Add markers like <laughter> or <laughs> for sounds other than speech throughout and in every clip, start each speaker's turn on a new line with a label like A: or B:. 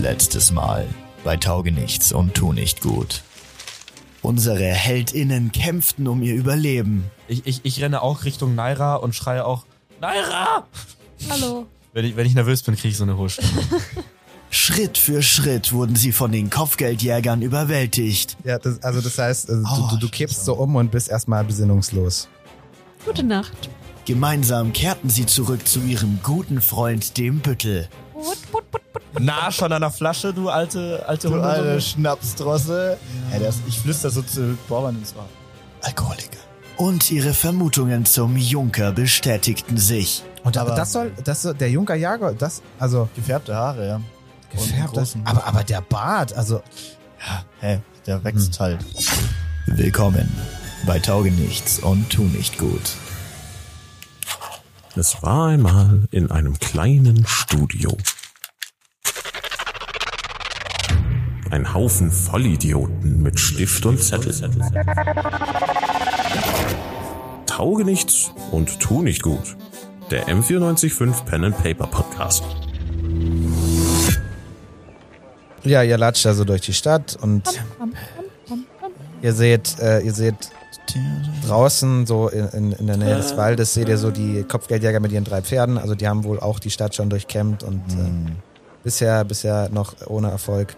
A: letztes Mal bei Taugenichts und Tu nicht gut. Unsere Heldinnen kämpften um ihr Überleben.
B: Ich, ich, ich renne auch Richtung Naira und schreie auch, Naira!
C: Hallo.
B: Wenn ich, wenn ich nervös bin, kriege ich so eine hohe <laughs> Stimme.
A: Schritt für Schritt wurden sie von den Kopfgeldjägern überwältigt.
D: Ja, das, also das heißt, also
A: Oh,
D: du, du, du kippst so um und bist erstmal besinnungslos.
C: Gute Nacht.
A: Gemeinsam kehrten sie zurück zu ihrem guten Freund, dem Büttel.
B: Na, schon an der Flasche, du alte, alte
E: Du
B: Hunde.
E: alte Schnapsdrossel. Ja. das, ich flüster so zu Bormann ins Ohr.
A: Alkoholiker. Und ihre Vermutungen zum Junker bestätigten sich.
E: Und
D: Aber das soll, das soll, der Junker Jager, das, also
E: gefärbte Haare, ja.
D: gefärbt, das,
E: großen-
D: aber, aber der Bart, also
E: Hä, der wächst halt.
A: Willkommen bei Taugenichts und Tu nicht gut.
F: Es war einmal in einem kleinen Studio. Ein Haufen Vollidioten mit Stift und Zettel. Tauge nichts und tu nicht gut. Der M945 Pen and Paper Podcast.
D: ja, ihr latscht also durch die Stadt und ihr seht, äh, ihr seht draußen so in, in, in der Nähe des Waldes seht ihr so die Kopfgeldjäger mit ihren drei Pferden. Also die haben wohl auch die Stadt schon durchkämmt und äh, bisher, bisher noch ohne Erfolg.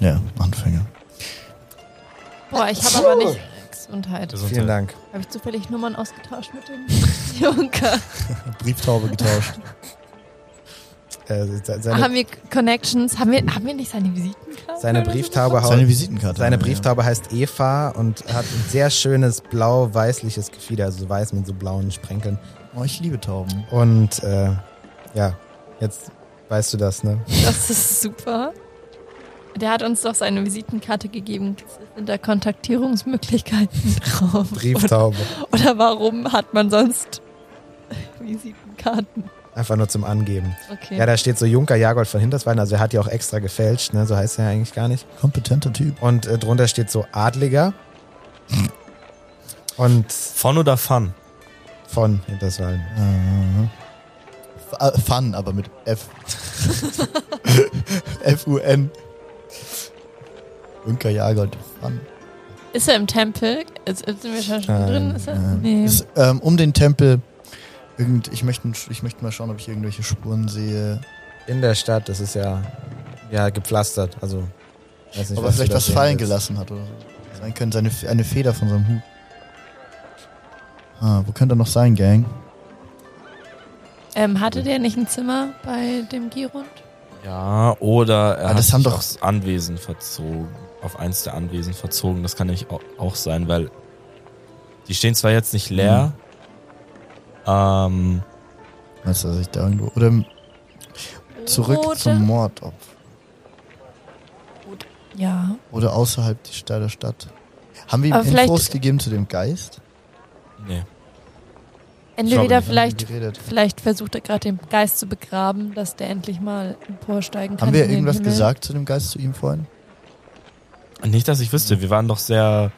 E: Ja, Anfänger.
C: Boah, ich habe aber nicht Gesundheit.
B: Gesundheit.
D: Vielen Dank.
C: Habe ich zufällig Nummern ausgetauscht mit dem <laughs> Junker?
E: Brieftaube getauscht.
D: <laughs> Äh, se- seine,
C: Haben wir Connections? Haben wir, haben wir nicht seine Visitenkarte?
D: seine Brieftaube haut.
E: Seine Visitenkarte.
D: Seine
E: Ja.
D: Brieftaube heißt Eva und hat ein sehr schönes blau-weißliches Gefieder, also so weiß mit so blauen Sprenkeln.
E: Oh, ich liebe Tauben.
D: Und äh, ja, jetzt weißt du das, ne?
C: Das ist super. Der hat uns doch seine Visitenkarte gegeben. Sind da Kontaktierungsmöglichkeiten <laughs> drauf?
D: Brieftaube.
C: Oder, oder warum hat man sonst Visitenkarten?
D: Einfach nur zum Angeben.
C: Okay.
D: Ja, da steht so Junker Jagold von Hintersweiden, also er hat die auch extra gefälscht, ne? So heißt er ja eigentlich gar nicht.
E: Kompetenter Typ.
D: Und äh, drunter steht so Adliger. Und
B: Fun oder Fun?
D: von Hinterswalden.
E: Ah. F- äh, Fun, aber mit F. F-U-N. Junker Jagold. Fun.
C: ist er im Tempel? Ist, sind wir schon
D: Nein,
C: drin? Ist er?
E: Ähm,
C: Nee.
E: Ist, ähm, um den Tempel. Irgend, ich, möchte, ich möchte mal schauen, ob ich irgendwelche Spuren sehe.
D: In der Stadt, das ist ja, ja gepflastert, also. Weiß nicht,
E: ob er
D: was du
E: vielleicht
D: da
E: was
D: sehen
E: fallen
D: willst.
E: gelassen hat oder so. Sein könnte seine, F- eine Feder von seinem Hut. Ah, wo könnte er noch sein, Gang?
C: Ähm, hatte der nicht ein Zimmer bei dem Girund?
B: Ja, oder er
E: Ah,
B: hat
E: das haben
B: sich
E: doch-
B: aufs Anwesen verzogen. Auf eins der Anwesen verzogen. Das kann nämlich au- auch sein, weil die stehen zwar jetzt nicht leer,
E: Hm.
B: ähm,
E: Meinst du, dass ich da irgendwo. Oder zurück
C: Rote?
E: zum Mordopfer.
C: Ja.
E: Oder außerhalb die Stadt der Stadt. Haben wir ihm
C: Aber vielleicht-
E: Infos gegeben zu dem Geist?
B: nee.
C: Entweder
E: Schau,
C: vielleicht,
E: Haben wir, geredet.
C: vielleicht versucht er gerade den Geist zu begraben, dass der endlich mal emporsteigen kann.
E: haben wir
C: in den
E: irgendwas
C: Himmel.
E: gesagt zu dem Geist zu ihm vorhin?
B: Nicht, dass ich
E: Hm.
B: wüsste. Wir waren doch sehr,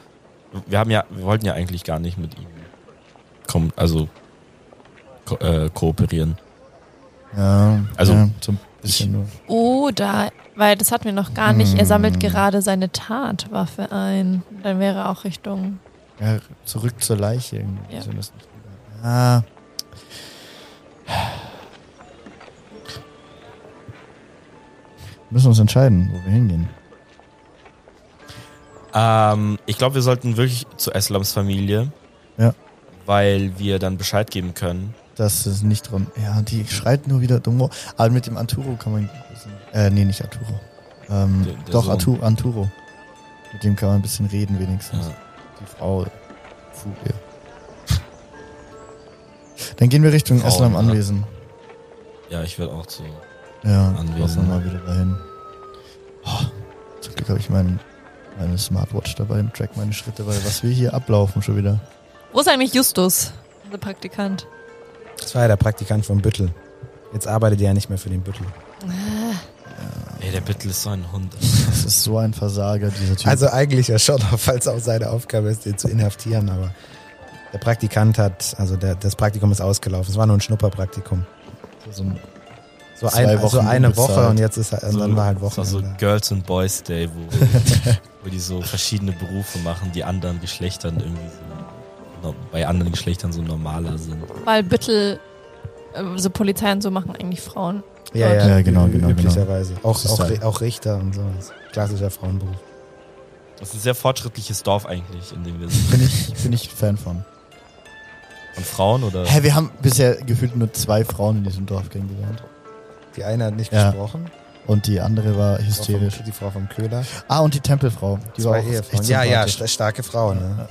B: wir haben ja, wir wollten ja eigentlich gar nicht mit ihm kommen, also ko äh, kooperieren.
E: Ja.
B: Also-
E: ja, so ein bisschen nur.
C: Oder, weil das hatten wir noch gar nicht, er
E: Hm.
C: sammelt gerade seine Tatwaffe ein. Dann wäre er auch Richtung.
E: Ja, zurück zur Leiche. irgendwie.
C: Ja.
E: So das nicht wieder. Ah. Wir müssen uns entscheiden, wo wir hingehen.
B: Ähm, ich glaube, wir sollten wirklich zu Eslams Familie.
E: Ja.
B: Weil wir dann Bescheid geben können.
E: Das ist nicht dran. Ja, die schreit nur wieder dumm. Aber mit dem Arturo kann man. Äh, nee, nicht Arturo. Ähm,
B: Der- der
E: doch,
B: Sohn.
E: Artu Arturo. Mit dem kann man ein bisschen reden, wenigstens.
B: Ja.
E: Die Frau. Puh, ja. Dann gehen wir Richtung
B: Frau,
E: Eslam
B: ja.
E: Anwesen.
B: Ja, ich werde auch zu.
E: Ja,
B: Anwesen.
E: Anwesen. mal wieder dahin. Oh, zum Glück habe ich meinen. Meine Smartwatch dabei und track meine Schritte, weil was wir hier ablaufen schon wieder.
C: Wo ist eigentlich Justus, unser Praktikant?
D: Das war ja der Praktikant von Büttel. Jetzt arbeitet er ja nicht mehr für den Büttel.
B: Ey, der Bittel ist so ein Hund.
E: Das ist so ein Versager, dieser Typ.
D: Also eigentlich ja schon, <laughs> falls auch seine Aufgabe ist, den zu inhaftieren, aber der Praktikant hat, also der, das Praktikum ist ausgelaufen. Es war nur ein Schnupperpraktikum.
E: so ein
D: So,
E: Zwei
D: ein, so
E: Wochen
D: eine
E: unbezahlt.
D: Woche und jetzt ist halt, und dann war halt
B: das war
D: Wochenende.
B: so Girls and Boys Day, wo, wo die so verschiedene Berufe machen, die anderen Geschlechtern irgendwie so, no- bei anderen Geschlechtern so normaler sind.
C: Weil Büttel, äh, so Polizei und so machen eigentlich Frauen.
D: ja, ja,
E: Ja, genau,
D: ü-
E: genau,
D: Üblicherweise. Auch,
E: Das ist
D: auch,
E: halt-
D: Ri- auch Richter und sowas. Klassischer Frauenberuf.
B: Das ist ein sehr fortschrittliches Dorf eigentlich, in dem wir sind.
E: Bin ich, bin ich Fan von.
B: Und Frauen oder?
E: Hä, wir haben bisher gefühlt nur zwei Frauen in diesem Dorf kennengelernt.
D: Die eine hat nicht
E: Ja.
D: gesprochen.
E: Und die andere
D: Frau
E: war
D: vom-
E: hysterisch.
D: Die Frau vom Köhler.
E: Ah, und die Tempelfrau. Die war
D: Zwei
E: auch
D: Ehefrauen.
E: echt
D: Ja, ja,
E: sympathisch.
D: st- starke Frau, ne?
E: Boah,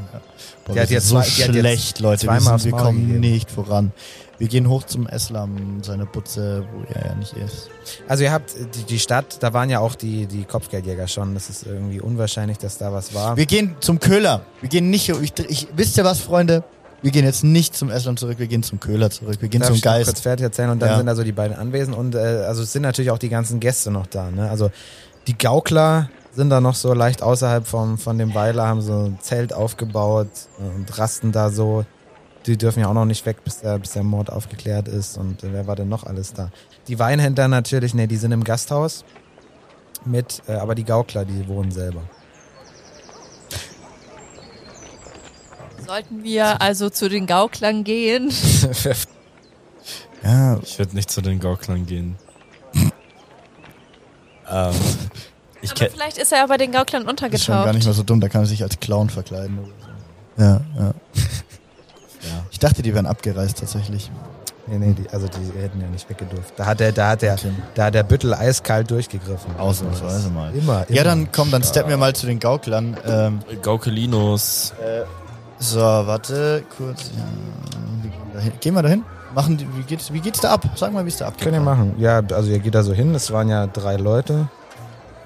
D: Die
E: wir
D: hat
E: sind
D: jetzt
E: so
D: zwei- die hat jetzt
E: schlecht, Leute. Wir,
D: zweimal
E: sind,
D: aufs
E: wir
D: Maul
E: kommen
D: gegeben.
E: nicht voran. Wir gehen hoch zum Eslam, seine Butze, wo er ja nicht ist.
D: Also ihr habt äh, die, die Stadt, da waren ja auch die, die Kopfgeldjäger schon. Das ist irgendwie unwahrscheinlich, dass da was war.
E: Wir gehen zum Köhler. Wir gehen nicht. Ich, ich, wisst ihr was, Freunde? Wir gehen jetzt nicht zum Eslam zurück, wir gehen zum Köhler zurück. Wir gehen
D: Darf
E: zum
D: ich noch kurz
E: Geist.
D: fertig erzählen und dann
E: Ja.
D: sind also die beiden anwesend und äh, also es sind natürlich auch die ganzen Gäste noch da. Ne? Also die Gaukler sind da noch so leicht außerhalb vom, von dem Weiler, haben so ein Zelt aufgebaut und rasten da so. Die dürfen ja auch noch nicht weg, bis der, bis der Mord aufgeklärt ist und äh, wer war denn noch alles da? Die Weinhändler natürlich, ne, die sind im Gasthaus mit, äh, aber die Gaukler, die wohnen selber.
C: Sollten wir also zu den Gauklern gehen?
E: Ja,
B: Ich würde nicht zu den Gauklern gehen. ähm, ich
C: <laughs> Aber
B: kenn,
C: vielleicht ist er ja bei den Gauklern
E: ist schon gar
C: untergetaucht.
E: nicht mehr so dumm. Da kann man sich als Clown verkleiden oder so. Ja, ja.
B: ja.
E: Ich dachte, die wären abgereist tatsächlich.
D: Nee, nee, die, also die hätten ja nicht weggedurft. Da hat der, da hat der,
E: Hm. Okay.
D: da hat der Büttel eiskalt durchgegriffen. Also,
E: Ausnahmsweise mal.
D: Immer, immer.
E: Ja, dann komm, dann steppen wir mal zu den Gauklern. Ähm,
B: Gaukelinos.
E: So, warte, kurz. Ja, wir gehen, dahin. gehen wir dahin? Machen die, wie, geht's, wie geht's da ab? Sag mal, wie es da abgeht.
D: Könnt ihr machen. Ja, also ihr geht da so hin. Es waren ja drei Leute.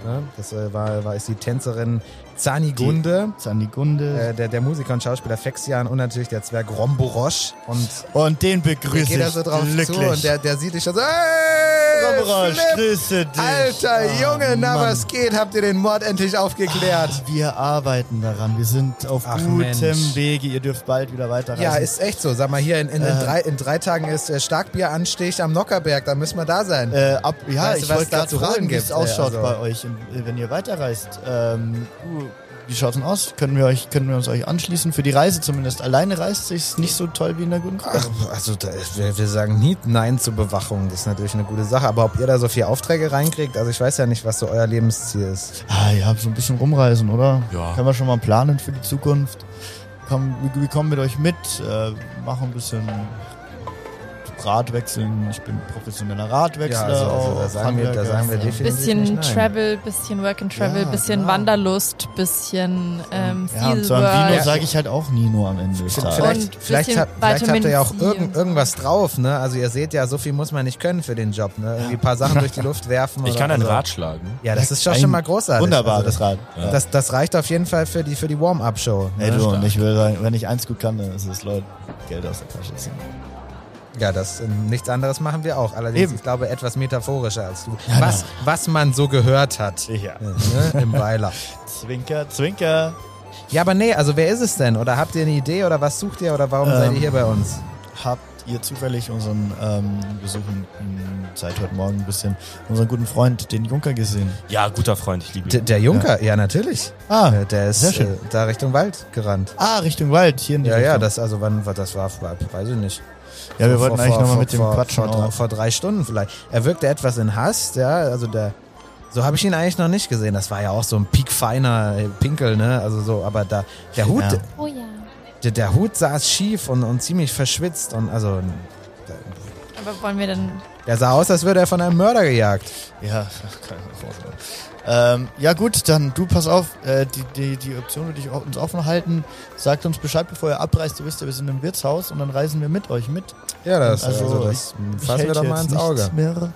D: Ja, das äh, war, war ist die Tänzerin Zanigunde,
E: Sandigunde.
D: äh, der, der Musiker und Schauspieler Fexian und natürlich der Zwerg Romborosch. Und
E: und den
D: der
E: begrüße
D: geht da
E: ich
D: so drauf
E: glücklich.
D: zu und der, der sieht dich schon so. Hey,
E: Rombrosch,
D: Flip,
E: grüße dich.
D: Alter
E: Ah,
D: Junge, na
E: Mann.
D: was geht? Habt ihr den Mord endlich aufgeklärt?
E: Wir arbeiten daran. Wir sind auf
D: Ach,
E: gutem
D: Mensch.
E: Wege. Ihr dürft bald wieder weiterreisen.
D: ja, ist echt so. Sag mal, hier in, in, in,
E: Ah, also- Äh.
D: drei, in drei Tagen ist äh, Starkbieranstich am Nockerberg. Da müssen wir da sein.
E: Äh, ab, ja,
D: Weißt du,
E: ich
D: was
E: wollte
D: da
E: gerade
D: zu holen
E: fragen, wie es
D: gibt,
E: ausschaut
D: ey, also.
E: bei euch, im- äh, wenn ihr weiterreist. Ähm, uh, wie schaut's denn aus? Können wir, euch, können wir uns euch anschließen? Für die Reise zumindest. Alleine reist sich's nicht so toll wie in der
D: <laughs>
E: guten Gruppe.
D: Ach, Also da, wir, wir sagen nie Nein zur Bewachung. Das ist natürlich eine gute Sache. Aber ob ihr da so viel Aufträge reinkriegt, also ich weiß ja nicht, was so euer Lebensziel ist.
E: Ah, ihr habt so ein bisschen rumreisen, oder?
F: Ja.
E: Können wir schon mal planen für die Zukunft? Komm, wir, wir kommen mit euch mit, äh, machen ein bisschen Radwechseln. Ich bin professioneller Radwechsler.
D: Ja, also- also da
E: auch,
D: sagen wir- da
E: Handwerker.
D: sagen wir definitiv- Definitiv
C: Bisschen
D: nicht, nein.
C: Travel, bisschen Work and Travel,
E: Ja,
C: bisschen
E: genau.
C: Wanderlust, bisschen ähm,
E: Ja, und zu einem
C: Fieldwork.
E: Vino sage ich halt auch Nino am Ende. des Tages.
D: Vielleicht,
C: Und
D: vielleicht,
C: bisschen
D: habt- vielleicht habt ihr ja auch
C: Vitamin C und
D: irgend,
C: so.
D: irgendwas drauf. Ne? Also ihr seht ja, so viel muss man nicht können für den Job. Ne? Irgendwie ein paar Sachen durch die Luft werfen.
B: Ich
D: oder-
B: kann ein
D: also-
B: Rad schlagen.
D: Ja, das ist doch
E: Ein
D: schon mal großartig.
E: Wunderbares Rad.
D: Also, das, das reicht auf jeden Fall für die, für die Warm-Up-Show.
E: Ey,
D: ne?
E: du, und ich will sagen, wenn ich eins gut kann, dann ist es Leute Geld aus der Tasche ziehen.
D: Ja, das ähm, nichts anderes machen wir auch. Allerdings,
E: Eben.
D: ich glaube, etwas metaphorischer als du. Was, was man so gehört hat
E: Ja.
D: ne? im Weiler.
E: Zwinker, zwinker.
D: Ja, aber nee, also wer ist es denn? Oder habt ihr eine Idee oder was sucht ihr oder warum seid
E: Ähm.
D: ihr hier bei uns?
E: Habt ihr zufällig unseren, ähm, wir suchen mh, seit heute Morgen ein bisschen, unseren guten Freund, den Junker, gesehen?
B: Ja, guter Freund, ich liebe
D: D
B: ihn.
D: der Junker, ja, natürlich.
E: Ah,
D: Äh, der ist
E: sehr schön.
D: Äh, da Richtung Wald gerannt.
E: Ah, Richtung Wald, hier in die
D: Ja,
E: Richtung.
D: ja, das also wann war das war, war weiß ich nicht.
E: ja, wir
D: Vor-
E: wollten
D: vor-
E: eigentlich nochmal
D: vor-
E: mit dem
D: vor,
E: quatschen.
D: Vor, drei-
E: auch.
D: vor drei Stunden vielleicht. Er wirkte etwas in Hass, ja, also der so habe ich ihn eigentlich noch nicht gesehen. Das war ja auch so ein piekfeiner äh, Pinkel, ne? Also so, aber da der Hut,
E: Ja.
C: Oh ja.
D: der, der Hut saß schief und, und ziemlich verschwitzt und also
C: Aber wollen wir dann
D: der sah aus, als würde er von einem Mörder gejagt.
E: Ja, keine Ahnung. Ähm, ja gut, dann du pass auf, äh, die, die, die Option würde ich auch- uns offen halten. Sagt uns Bescheid, bevor ihr abreist. Ihr wisst ja, wir sind im Wirtshaus und dann reisen wir mit euch mit.
D: Ja, das
E: Also,
D: also, das
E: Ich
D: fassen wir
E: hält
D: doch mal
E: jetzt
D: ins
E: nichts
D: Auge.
E: Mehr.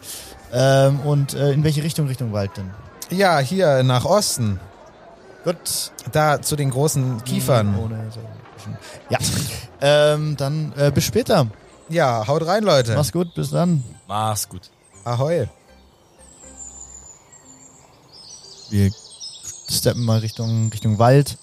E: Ähm, und äh, in welche Richtung? Richtung Wald denn?
D: Ja, hier nach Osten.
E: Gut.
D: Da zu den
E: Mhm.
D: großen
B: Hm,
D: Kiefern.
E: Ohne so- ja. <laughs> ähm, dann äh, bis später.
D: Ja, haut rein, Leute.
E: Mach's gut, bis dann.
B: Mach's gut.
D: Ahoi.
E: Wir steppen mal Richtung, Richtung Wald.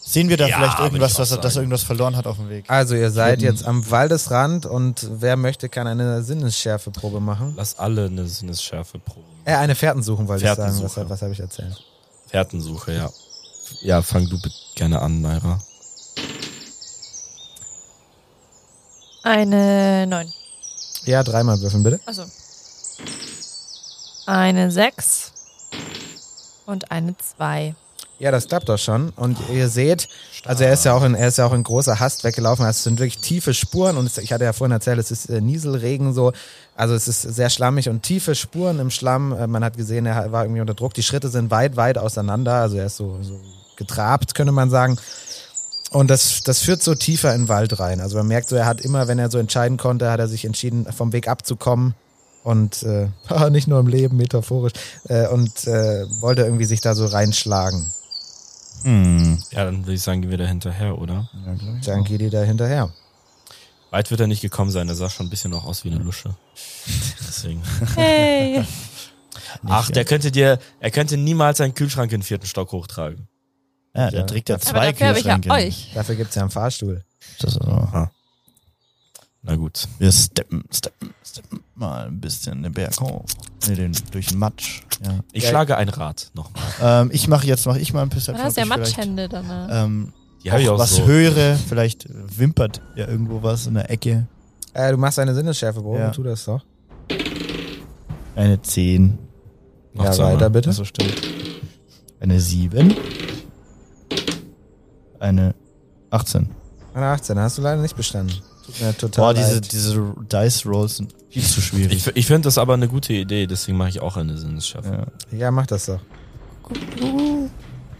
E: Sehen wir da
B: Ja,
E: vielleicht
B: würd
E: irgendwas,
B: ich auch
E: dass er, dass er
B: sagen.
E: irgendwas verloren hat auf dem
C: Ah,
E: Weg?
D: Also ihr seid jetzt am Waldesrand und wer möchte, kann eine Sinnesschärfeprobe machen.
B: Lass alle eine Sinnesschärfe proben.
D: Äh, eine Fährtensuchen, wollte ich sagen. Was,
B: Fährtensuche.
D: was habe ich erzählt?
B: Fährtensuche, ja. Ja, fang du bitte gerne an, Naira.
C: Eine 9.
D: Ja, dreimal würfeln bitte.
C: Achso. Eine 6. Und eine 2.
D: Ja, das klappt doch schon. Und ihr seht, also er ist ja auch in, er ist ja auch in großer Hast weggelaufen. Es sind wirklich tiefe Spuren und es, ich hatte ja vorhin erzählt, es ist äh, Nieselregen so. Also es ist sehr schlammig und tiefe Spuren im Schlamm. Äh, man hat gesehen, er war irgendwie unter Druck. Die Schritte sind weit, weit auseinander. Also er ist so, so getrabt, könnte man sagen. Und das, das führt so tiefer in den Wald rein. Also man merkt so, er hat immer, wenn er so entscheiden konnte, hat er sich entschieden, vom Weg abzukommen. Und äh, <laughs> nicht nur im Leben, metaphorisch. Äh, und äh, wollte irgendwie sich da so reinschlagen.
A: Hm.
B: Ja, dann würde ich sagen, gehen wir da hinterher, oder?
D: Dann geht die da hinterher.
B: Weit wird er nicht gekommen sein, er sah schon ein bisschen noch aus wie eine Lusche. <laughs> Deswegen. äh,
C: <laughs> Hey.
B: Ach, der könnte dir, er könnte niemals seinen Kühlschrank in den vierten Stock hochtragen.
A: Ja, da trägt er
C: Aber
A: zwei
C: dafür habe ich ja
A: Kühlschränke.
C: euch.
D: Dafür gibt's ja einen Fahrstuhl.
A: Das ist aber-
B: Na gut.
A: Wir steppen, steppen, steppen mal ein bisschen den Berg hoch. Nee, den, durch den Matsch. Ja.
B: Ich
D: Ja.
B: schlage ein Rad nochmal.
E: Ähm, ich mache jetzt, mache ich mal ein Perception.
C: Du hast
E: ob
C: ja
E: ich vielleicht,
C: Matschhände ne? danach.
E: ähm,
B: Die habe ich auch
E: was
B: so.
E: höre, vielleicht wimpert ja irgendwo was in der Ecke.
D: Äh, du machst eine Sinnesschärfe, Bro.
E: Ja.
D: Tu das doch.
A: Eine 10.
B: Macht's
D: ja,
B: einmal.
D: weiter bitte.
E: Achso, stimmt.
A: Eine 7. Eine 18.
D: Eine 18, hast du leider nicht bestanden. Tut mir total
E: Boah, diese,
D: leid.
E: diese Dice Rolls sind viel zu schwierig.
B: Ich, ich finde das aber eine gute Idee, deswegen mache ich auch eine Sinnesschärfe.
A: Ja.
D: Ja, mach das doch.
C: Uh-huh.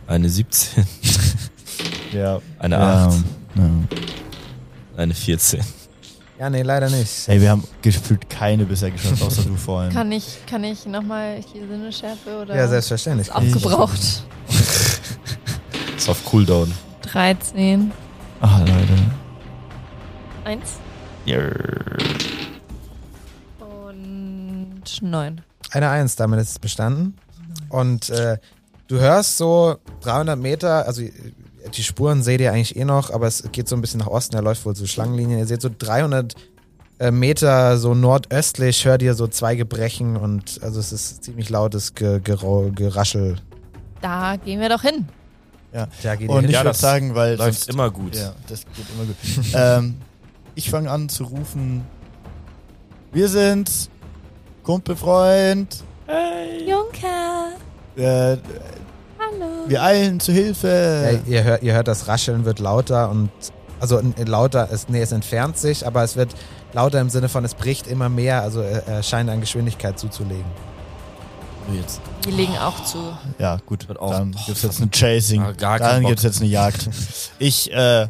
B: Eine 17,
E: ja.
B: <laughs> eine
A: Ja,
B: 8,
A: ja.
B: eine 14.
D: Ja, nee, leider nicht.
A: Ey, wir haben gefühlt keine bisher geschafft, außer du vorhin.
C: Kann ich, kann ich nochmal die Sinneschärfe oder
D: Ja, selbstverständlich.
C: ist aufgebraucht?
B: Ist auf Cooldown.
C: 13.
A: Ach, Leute.
C: 1 und 9.
D: Eine 1, damit ist es bestanden. Und äh, du hörst so 300 Meter, also äh, die Spuren seht ihr eigentlich eh noch, aber es geht so ein bisschen nach Osten, er läuft wohl so Schlangenlinien. Ihr seht so 300 äh, Meter so nordöstlich, hört ihr so zwei Gebrechen und also es ist ziemlich lautes Ge Gerau- Geraschel.
C: Da gehen wir doch hin.
D: Da geht ihr
E: Und
D: hin.
E: ich
B: Ja,
E: würde
B: das
E: sagen, weil
B: Läuft
E: sonst,
B: immer gut.
E: Ja, das geht immer gut. <laughs> ähm, ich fange an zu rufen. Wir sind Kumpelfreund.
C: Junker,
E: Äh,
C: hallo.
E: wir eilen zu Hilfe.
D: Ja, ihr, hört, ihr hört, das Rascheln wird lauter und also n- lauter, es, nee, es entfernt sich, aber es wird lauter im Sinne von, es bricht immer mehr, also er, er scheint an Geschwindigkeit zuzulegen.
B: Jetzt.
C: Die legen auch zu.
E: Ja, gut.
B: Wird auch-
E: Dann
B: Boah,
E: gibt's jetzt ein Chasing.
B: oh, Ah, gar keinen
E: Dann
B: Bock.
E: gibt's jetzt eine Jagd. Ich äh,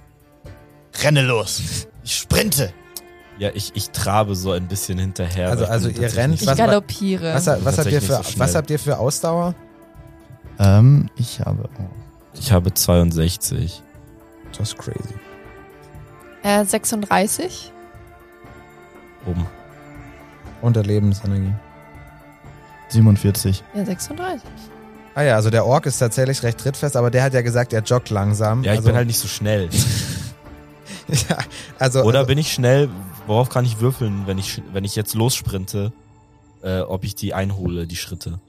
E: renne los. Ich sprinte.
B: Ja, ich, ich trabe so ein bisschen hinterher. aber
D: Also-
B: ich
D: also
B: bin
D: ihr
B: tatsächlich
D: rennt,
B: nicht-
C: Ich
D: Was-
C: galoppiere.
D: Was, was, habt, ihr
B: tatsächlich
D: für,
B: nicht so schnell.
D: was habt ihr für Ausdauer?
A: Ähm, ich habe. Oh.
B: Ich habe 62.
D: Das ist crazy.
C: äh, 36.
B: Um.
D: Unter Lebensenergie.
A: 47.
C: Ja, 36.
D: Ah ja, also der Ork ist tatsächlich recht trittfest, aber der hat ja gesagt, er joggt langsam.
B: Ja, ich
D: also,
B: bin halt nicht so schnell.
D: <laughs> ja, also,
B: Oder
D: also,
B: bin ich schnell? Worauf kann ich würfeln, wenn ich, wenn ich jetzt lossprinte? Äh, ob ich die einhole, die Schritte.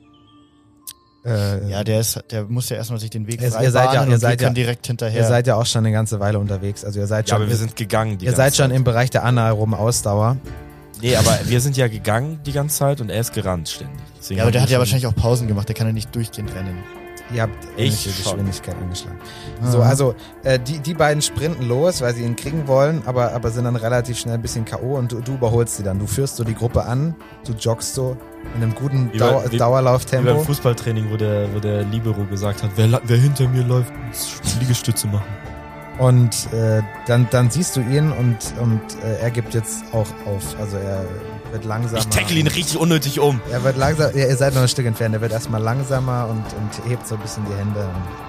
D: äh,
E: Ja, der ist, der muss ja erstmal sich den Weg
D: Es-
E: frei
D: ihr seid ja-
E: bahnen
D: ihr
E: und
D: seid
E: wir können
D: ja-
E: direkt hinterher.
D: ihr seid ja auch schon eine ganze Weile unterwegs. Also ihr seid
B: Ja,
D: schon,
B: aber wir sind gegangen. Die
D: ihr
B: ganze
D: seid schon
B: Zeit.
D: im Bereich der anaeroben Ausdauer.
B: Nee, aber wir sind ja gegangen die ganze Zeit und er ist gerannt ständig. Deswegen
E: ja, aber der
B: haben
E: hat ja
B: wir
E: wahrscheinlich auch Pausen gemacht. Der kann ja nicht durchgehend rennen.
D: Ihr habt
B: Ich
D: ähnliche
B: schon. Mhm.
D: Geschwindigkeit angeschlagen. So, also äh, die, die beiden sprinten los, weil sie ihn kriegen wollen, aber, aber sind dann relativ schnell ein bisschen K.O. und du, du überholst sie dann. Du führst so die Gruppe an, du joggst so in einem guten
B: Wie
D: Dau
B: bei- wie- Wie beim
D: Dauerlauftempo.
B: Fußballtraining, wo der, wo der Libero gesagt hat, wer, la- wer hinter mir läuft, muss Liegestütze machen.
D: Und äh, dann, dann siehst du ihn und, und äh, er gibt jetzt auch auf. Also er wird langsamer.
B: Ich tackle ihn richtig unnötig um.
D: Er wird langsam, ja, ihr seid noch ein Stück entfernt, er wird erstmal langsamer und, und hebt so ein bisschen die Hände.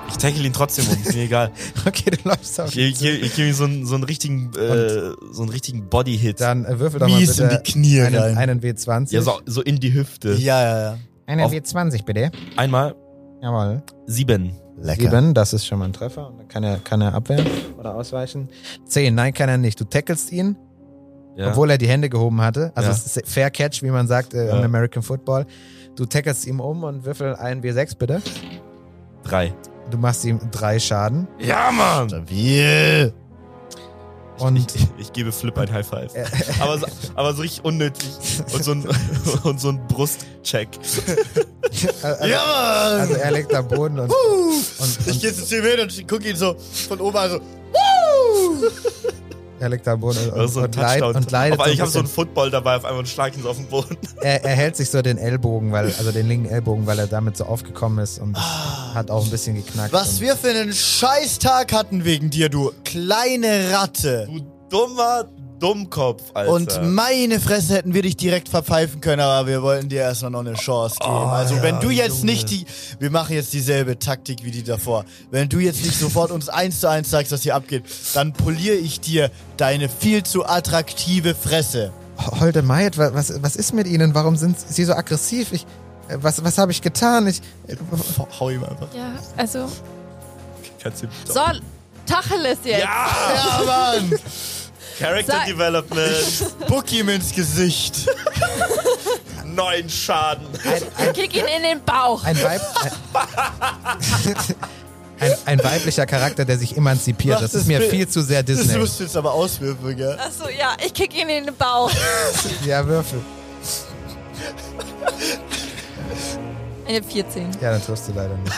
B: Ich tackle ihn trotzdem um, <laughs> ist mir egal.
D: <laughs> Okay, du läufst auf.
B: Ich, ich, ich, ich gebe ihm so einen, so einen richtigen, äh, so einen richtigen Body-Hit.
D: Dann äh, würfel doch mal
E: Mies in
D: bitte
E: die Knie
D: einen,
E: rein.
D: einen W20.
B: Ja, so, so in die Hüfte.
E: Ja, ja, ja.
D: Einen
B: auf-
D: W20 bitte.
B: Einmal
D: Jawohl.
B: Sieben.
A: Lecker.
D: Sieben, das ist schon mal ein Treffer. Und dann kann er, kann er abwehren oder ausweichen. Zehn, nein, kann er nicht. Du tackelst ihn,
B: Ja.
D: obwohl er die Hände gehoben hatte. Also
B: Ja.
D: es ist Fair Catch, wie man sagt äh,
B: Ja.
D: im American Football. Du tackelst ihm um und würfel ein W6 bitte.
B: Drei.
D: Du machst ihm drei Schaden.
B: Ja, Mann!
E: Stabil.
D: Und
B: Ich, ich gebe Flip ein High Five. <laughs> aber, so, aber so richtig unnötig. Und so ein, <laughs> und so ein Brustcheck.
D: also,
E: ja, Mann!
D: also er liegt am Boden und, und,
E: ich
D: und
E: gehe zu ihm hin und gucke ihn so von oben an, so.
D: er liegt am Boden und,
B: Oder
D: und,
B: so Also ein
D: leid,
B: Touchdown.
D: und leidet.
B: aber ich
D: ein
B: habe so einen
D: bisschen.
B: Football dabei auf einmal und schlag ihn so auf den Boden.
D: er, er hält sich so den Ellbogen, weil, also den linken Ellbogen, weil er damit so aufgekommen ist und das hat auch ein bisschen geknackt.
E: Ah. Was
D: und,
E: wir für einen Scheißtag hatten wegen dir, du kleine Ratte.
B: Du dummer Dummkopf, Alter.
E: Und meine Fresse hätten wir dich direkt verpfeifen können, aber wir wollten dir erstmal noch eine Chance geben. also wenn du jetzt nicht die, wir machen jetzt dieselbe Taktik wie die davor. Wenn du jetzt nicht sofort uns eins zu eins sagst, was hier abgeht, dann poliere ich dir deine viel zu attraktive Fresse.
D: Holde Maid, wa- was, was ist mit Ihnen? Warum sind Sie so aggressiv? Ich, äh, was was habe ich getan? Ich, äh,
E: Hau ihm einfach.
C: Ja, also.
B: Kannst du bitte-
C: So, Tacheles jetzt.
B: Ja!
E: Ja, Mann!
B: Character
C: Sag-
B: Development.
E: Buck ihm ins Gesicht.
B: Neun Schaden.
C: Kick ihn in den Bauch.
D: ein, Weib, ein, ein, ein weiblicher Charakter, der sich emanzipiert.
E: Mach
D: Das
E: das
D: ist mir
E: Bild.
D: viel zu sehr
E: Das
D: Disney.
E: musst du jetzt aber auswürfen, gell?
C: Achso, ja, ich kick ihn in den Bauch.
D: Ja, Würfel.
C: Eine 14.
D: Ja, dann triffst du leider
E: <laughs>
D: nicht.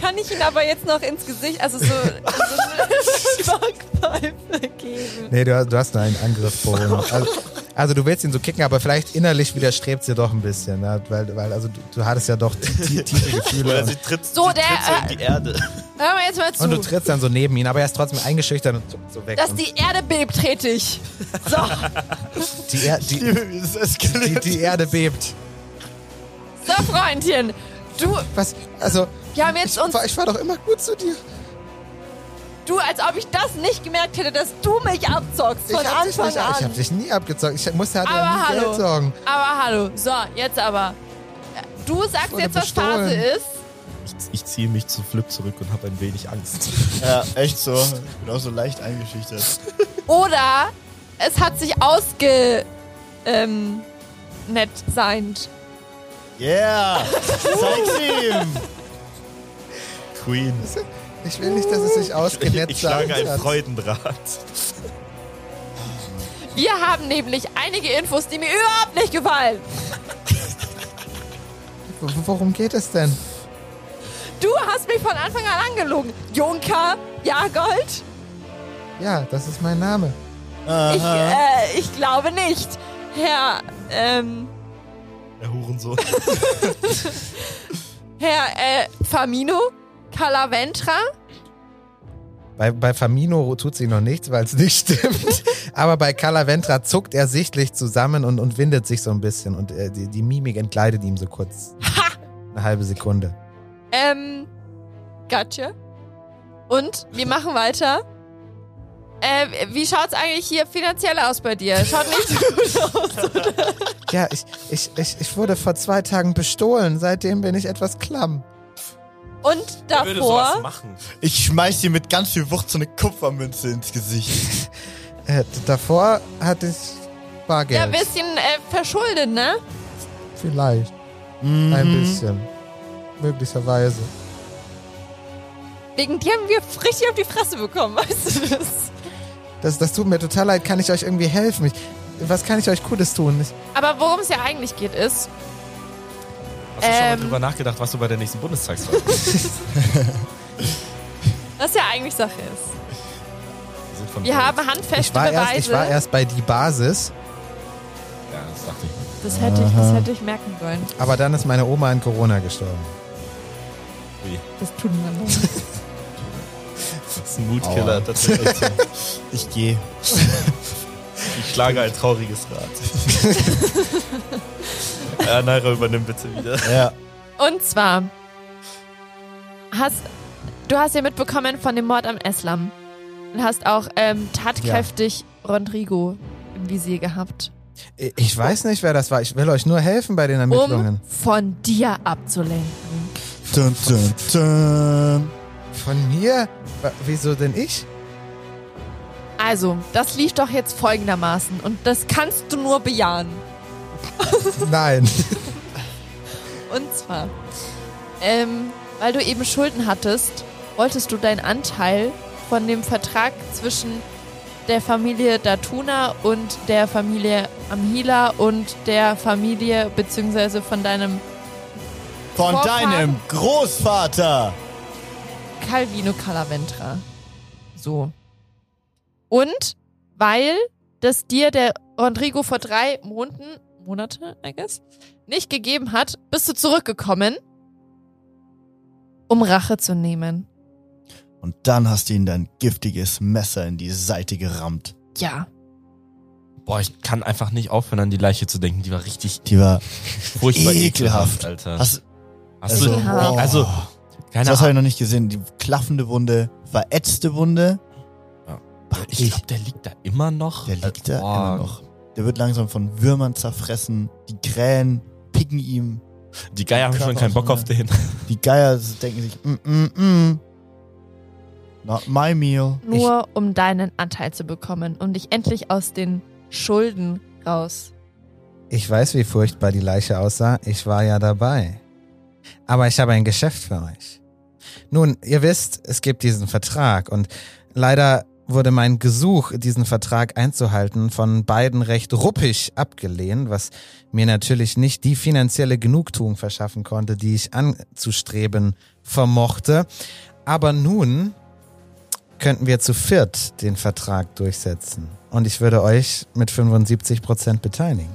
C: Kann ich ihn aber jetzt noch ins Gesicht, also so, so eine <laughs> Backpfeife geben?
D: Nee, du, hast- du hast nur einen Angriff pro Runde.
E: <laughs>
D: Also, also du willst ihn so kicken, aber vielleicht innerlich widerstrebst dir doch ein bisschen. Ne? Weil, weil also du, du hattest ja doch tie- tiefe
E: <laughs>
D: Gefühle.
B: Oder sie
D: Und,
B: tritt,
C: So,
B: sie
C: der- äh,
B: tritt so in die Erde.
C: Hör mal jetzt mal
D: und du um.
C: zu.
D: trittst dann so neben ihn, aber er ist trotzdem eingeschüchtert und zuckt so weg.
C: Dass
D: und
C: die Erde bebt, trete ich. So,
D: die, Er- die,
E: <laughs>
B: <laughs>
E: Das
D: die,
E: eskaliert.
D: die Erde bebt.
C: so Freundchen. Du,
D: Was? Also,
C: wir haben jetzt
D: ich,
C: uns,
D: war, ich war doch immer gut zu dir.
C: du, als ob ich das nicht gemerkt hätte, dass du mich abzockst von
D: ich hab dich
C: Anfang
D: nicht, Ich
C: an.
D: hab dich nie abgezockt. Ich musste halt
C: Aber
D: nie
C: hallo.
D: Geld sorgen.
C: Aber hallo, so, jetzt aber. Du sagst
D: wurde
C: jetzt, was
D: bestohlen.
C: Phase ist.
B: Ich, ich ziehe mich zu Flip zurück und habe ein wenig Angst.
C: Ähm.
E: Ja, echt so. Ich bin auch so leicht eingeschüchtert.
C: Oder es hat sich ausge... Ähm, nett seind.
B: <laughs>
E: Yeah! Zeig's ihm!
B: Queen.
D: Ich will nicht, dass es sich ausgenetzt
B: Ich schlage
D: hat.
B: ein Freudendraht.
C: Wir haben nämlich einige Infos, die mir überhaupt nicht gefallen.
D: W- Worum geht es denn?
C: Du hast mich von Anfang an angelogen. Junker, Jagold?
D: Ja, das ist mein Name.
C: Ich, äh, ich glaube nicht. Herr, ähm,
B: Der Hurensohn.
C: <laughs> Herr, äh, Famino? Calaventra?
D: Bei, bei Famino tut sie noch nichts, weil es nicht <laughs> stimmt. Aber bei Calaventra zuckt er sichtlich zusammen und, und windet sich so ein bisschen. Und äh, die, die Mimik entkleidet ihm so kurz. Eine halbe Sekunde.
C: Ähm, gotcha. Und
D: <laughs>
C: wir machen weiter. Äh, wie schaut's eigentlich hier finanziell aus bei dir? Schaut
D: <laughs>
C: nicht gut aus.
D: Ja, ich, ich, ich, ich wurde vor zwei Tagen bestohlen. Seitdem bin ich etwas klamm.
C: Und
B: Wer würde sowas
C: davor,
B: machen?
E: Ich schmeiß dir mit ganz viel Wucht so eine Kupfermünze ins Gesicht.
D: Äh, d- davor hatte ich Bargeld.
C: ja, ein bisschen äh, verschuldet, ne?
D: Vielleicht. Ein bisschen. Möglicherweise.
C: Wegen dir haben wir richtig auf die Fresse bekommen, <laughs> weißt du das?
D: Das, das tut mir total leid. Kann ich euch irgendwie helfen? Ich, was kann ich euch Cooles tun? Ich,
C: Aber worum es ja eigentlich geht, ist,
B: Hast du schon mal
C: Ähm.
B: drüber nachgedacht, was du bei der nächsten
C: <laughs>
B: Bundestagswahl Wir
C: was ja eigentlich Sache ist.
B: sind von
C: Wir
B: Paris.
C: haben handfeste
D: ich, war,
C: Beweise.
D: erst, ich war erst bei die Basis,
B: Ja, das dachte ich mir.
C: das, hätte ich, das hätte ich merken sollen.
D: aber dann ist meine Oma an Corona gestorben.
C: Das tut man nicht.
B: Das ist ein Mutkiller. Das ist echt so.
E: <laughs> Ich gehe.
B: <laughs> Ich schlage ein trauriges Rad.
E: <laughs>
B: ja, Naira, übernimm bitte wieder.
E: Ja.
C: Und zwar, hast, du hast ja mitbekommen von dem Mord am Eslam. Und hast auch ähm, tatkräftig Rodrigo im Visier gehabt.
D: Ich ich weiß nicht, wer das war. Ich will euch nur helfen bei den Ermittlungen.
C: um von dir abzulenken.
E: Dun, dun, dun.
D: Von mir? Wa- Wieso denn ich?
C: Also, das lief doch jetzt folgendermaßen und das kannst du nur bejahen.
D: Nein.
C: Und zwar, ähm, weil du eben Schulden hattest, wolltest du deinen Anteil von dem Vertrag zwischen der Familie Datuna und der Familie Amhila und der Familie beziehungsweise von deinem
E: Von
C: Vorfahren.
E: deinem Großvater.
C: Calvino Calaventra. So. Und weil das dir der Rodrigo vor drei Monaten, Monate, I guess, nicht gegeben hat, bist du zurückgekommen, um Rache zu nehmen.
E: Und dann hast du ihm dein giftiges Messer in die Seite gerammt.
C: Ja.
B: Boah, ich kann einfach nicht aufhören, an die Leiche zu denken. Die war richtig
E: Die war.
B: furchtbar
E: Ekelhaft.
B: ekelhaft, Alter.
E: Hast,
B: Hast
E: also,
B: du,
C: Ekelhaft.
E: wow.
B: also, keine
E: das
B: Ahnung.
E: habe ich noch nicht gesehen. Die klaffende Wunde, verätzte Wunde.
B: Ja.
E: Boah,
B: Ich glaube, der liegt da immer noch. Äh,
E: Der liegt
D: Äh,
E: da
B: Boah.
D: oh.
E: immer noch. Der wird langsam von Würmern zerfressen. Die Krähen picken ihm.
B: Die Geier haben schon keinen Bock auf den.
E: Die Geier denken sich, mm, mm, mm. Not my meal.
C: Nur um deinen Anteil zu bekommen, um dich endlich aus den Schulden raus.
D: Ich weiß, wie furchtbar die Leiche aussah. Ich war ja dabei. Aber ich habe ein Geschäft für euch. Nun, ihr wisst, es gibt diesen Vertrag und leider wurde mein Gesuch, diesen Vertrag einzuhalten, von beiden recht ruppig abgelehnt, was mir natürlich nicht die finanzielle Genugtuung verschaffen konnte, die ich anzustreben vermochte. Aber nun könnten wir zu viert den Vertrag durchsetzen und ich würde euch mit 75 Prozent beteiligen.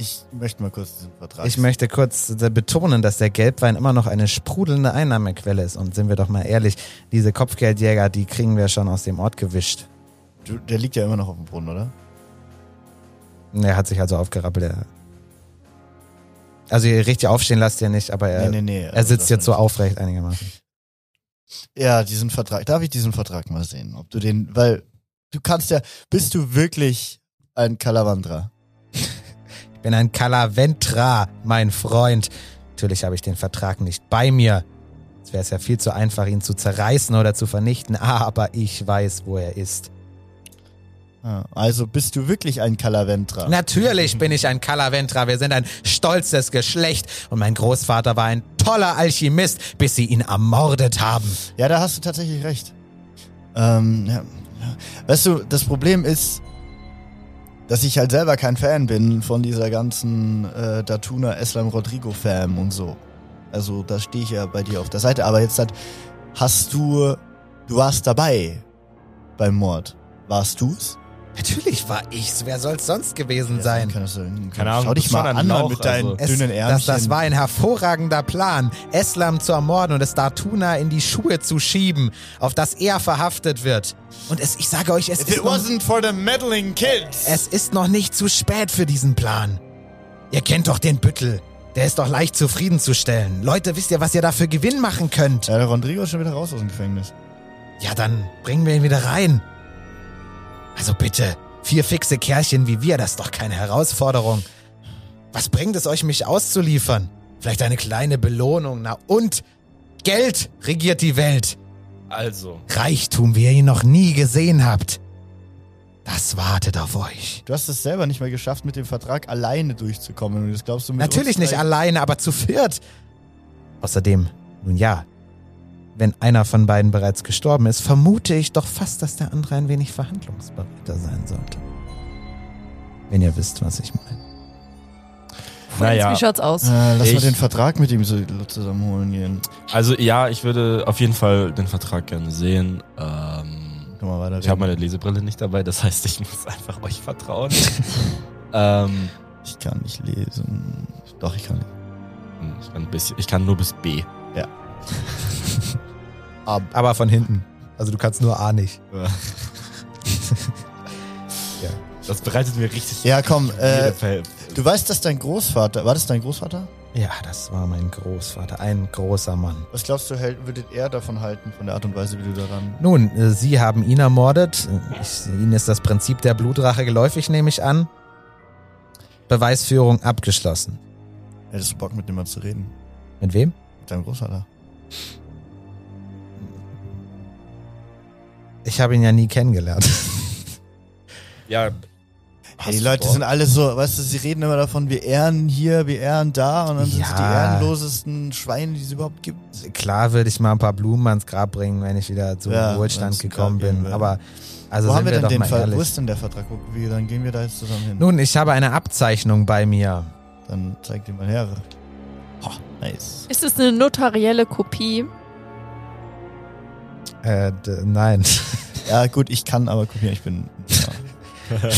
E: Ich möchte mal kurz diesen Vertrag.
D: Ich möchte kurz äh, betonen, dass der Gelbwein immer noch eine sprudelnde Einnahmequelle ist. Und sind wir doch mal ehrlich, diese Kopfgeldjäger, die kriegen wir schon aus dem Ort gewischt.
E: Du, der liegt ja immer noch auf dem Boden, oder?
D: Er hat sich also aufgerappelt. er- Also ihr richtig aufstehen lasst ihr nicht, aber er,
E: nee, also nee, nee.
D: Äh, er sitzt jetzt so
E: auf.
D: aufrecht einigermaßen.
E: Ja, diesen Vertrag. Darf ich diesen Vertrag mal sehen? Ob du den, weil du kannst ja, bist du wirklich ein Kalavandra?
D: Ich bin ein Calaventra, mein Freund. Natürlich habe ich den Vertrag nicht bei mir. Es wäre es ja viel zu einfach, ihn zu zerreißen oder zu vernichten, Ah, aber ich weiß, wo er ist.
E: Ah, also bist du wirklich ein Kalavendra?
D: Natürlich bin ich ein Kalaventra. Wir sind ein stolzes Geschlecht. Und mein Großvater war ein toller Alchemist, bis sie ihn ermordet haben.
E: Ja, da hast du tatsächlich recht. Ähm, ja. ja. Weißt du, das Problem ist, dass ich halt selber kein Fan bin von dieser ganzen äh, Datuna Eslam Rodrigo Fam und so. Also da stehe ich ja bei dir auf der Seite. Aber jetzt halt, hast du, du warst dabei beim Mord. Warst du's?
D: Natürlich war ich's. Wer soll's sonst gewesen
E: Ja,
D: sein?
E: Kann das sein.
B: Keine Ahnung,
E: Schau dich
B: bist schon
E: mal
B: ein
E: an Mann,
B: Lauch,
E: mit deinen
B: also.
D: Es,
E: dünnen
D: das,
E: Ärmchen.
D: das war ein hervorragender Plan, Eslam zu ermorden und es Dartuna in die Schuhe zu schieben, auf das er verhaftet wird. Und es, ich sage euch, es
E: If it
D: ist, noch,
E: wasn't for the meddling kids.
D: es ist noch nicht zu spät für diesen Plan. Ihr kennt doch den Büttel. Der ist doch leicht zufriedenzustellen. Leute, wisst ihr, was ihr da für Gewinn machen könnt?
E: ja, der Rodrigo ist schon wieder raus aus dem Gefängnis.
D: Ja, dann bringen wir ihn wieder rein. Also bitte, vier fixe Kerlchen wie wir, das ist doch keine Herausforderung. Was bringt es euch, mich auszuliefern? Vielleicht eine kleine Belohnung, na und? Geld regiert die Welt.
B: Also,
D: Reichtum, wie ihr ihn noch nie gesehen habt. Das wartet auf euch.
E: Du hast es selber nicht mehr geschafft, mit dem Vertrag alleine durchzukommen. Und das glaubst du mit
D: Natürlich
E: uns
D: nicht
E: drei-
D: alleine, aber zu viert. Außerdem, nun ja, wenn einer von beiden bereits gestorben ist, vermute ich doch fast, dass der andere ein wenig verhandlungsbereiter sein sollte. Wenn ihr wisst, was ich meine.
B: naja.
C: Wie schaut's aus?
E: Äh, lass mal
B: Ich-
E: den Vertrag mit ihm so zusammenholen gehen.
B: Also, ja, ich würde auf jeden Fall den Vertrag gerne sehen. Ähm,
E: Guck mal weiter.
B: ich habe meine Lesebrille nicht dabei, das heißt, ich muss einfach euch <laughs> vertrauen. ähm,
E: ich kann nicht lesen. Doch, ich kann.
B: ich, kann ein bisschen, ich kann nur bis B.
D: Aber von hinten. Also du kannst nur A nicht.
B: Das bereitet mir richtig.
E: Ja, komm. Äh,
B: jede Ver-
E: du weißt, dass dein Großvater. War das dein Großvater?
D: Ja, das war mein Großvater, ein großer Mann.
E: Was glaubst du, hält, würde er davon halten, von der Art und Weise, wie du daran.
D: Nun, äh, Sie haben ihn ermordet. Ich, Ihnen ist das Prinzip der Blutrache geläufig, nehme ich an. Beweisführung abgeschlossen.
E: Hättest du Bock, mit dem mal zu reden?
D: Mit wem?
E: Mit deinem Großvater.
D: Ich habe ihn ja nie kennengelernt. <laughs>
B: Ja.
E: Hey, die Leute sind alle so, weißt du, sie reden immer davon, wir ehren hier, wir ehren da und dann sind es die
D: Ja.
E: ehrenlosesten Schweine, die es überhaupt gibt.
D: Klar würde ich mal ein paar Blumen ans Grab bringen, wenn ich wieder zum
E: Ja,
D: Wohlstand
E: wenn's
D: gekommen
E: Grab geben
D: bin.
E: will.
D: Aber also
E: Wo
D: sind
E: haben wir denn
D: doch
E: den
D: mal
E: Ver Wo
D: ehrlich.
E: ist denn der Vertrag? Wo, wie, dann gehen wir da jetzt zusammen hin.
D: Nun, ich habe eine Abzeichnung bei mir.
E: Dann zeig dir mal her. Ho, nice.
C: Ist es eine notarielle Kopie?
D: Äh, d- nein. <laughs>
E: Ja gut, ich kann aber kopieren, ich bin... Ja.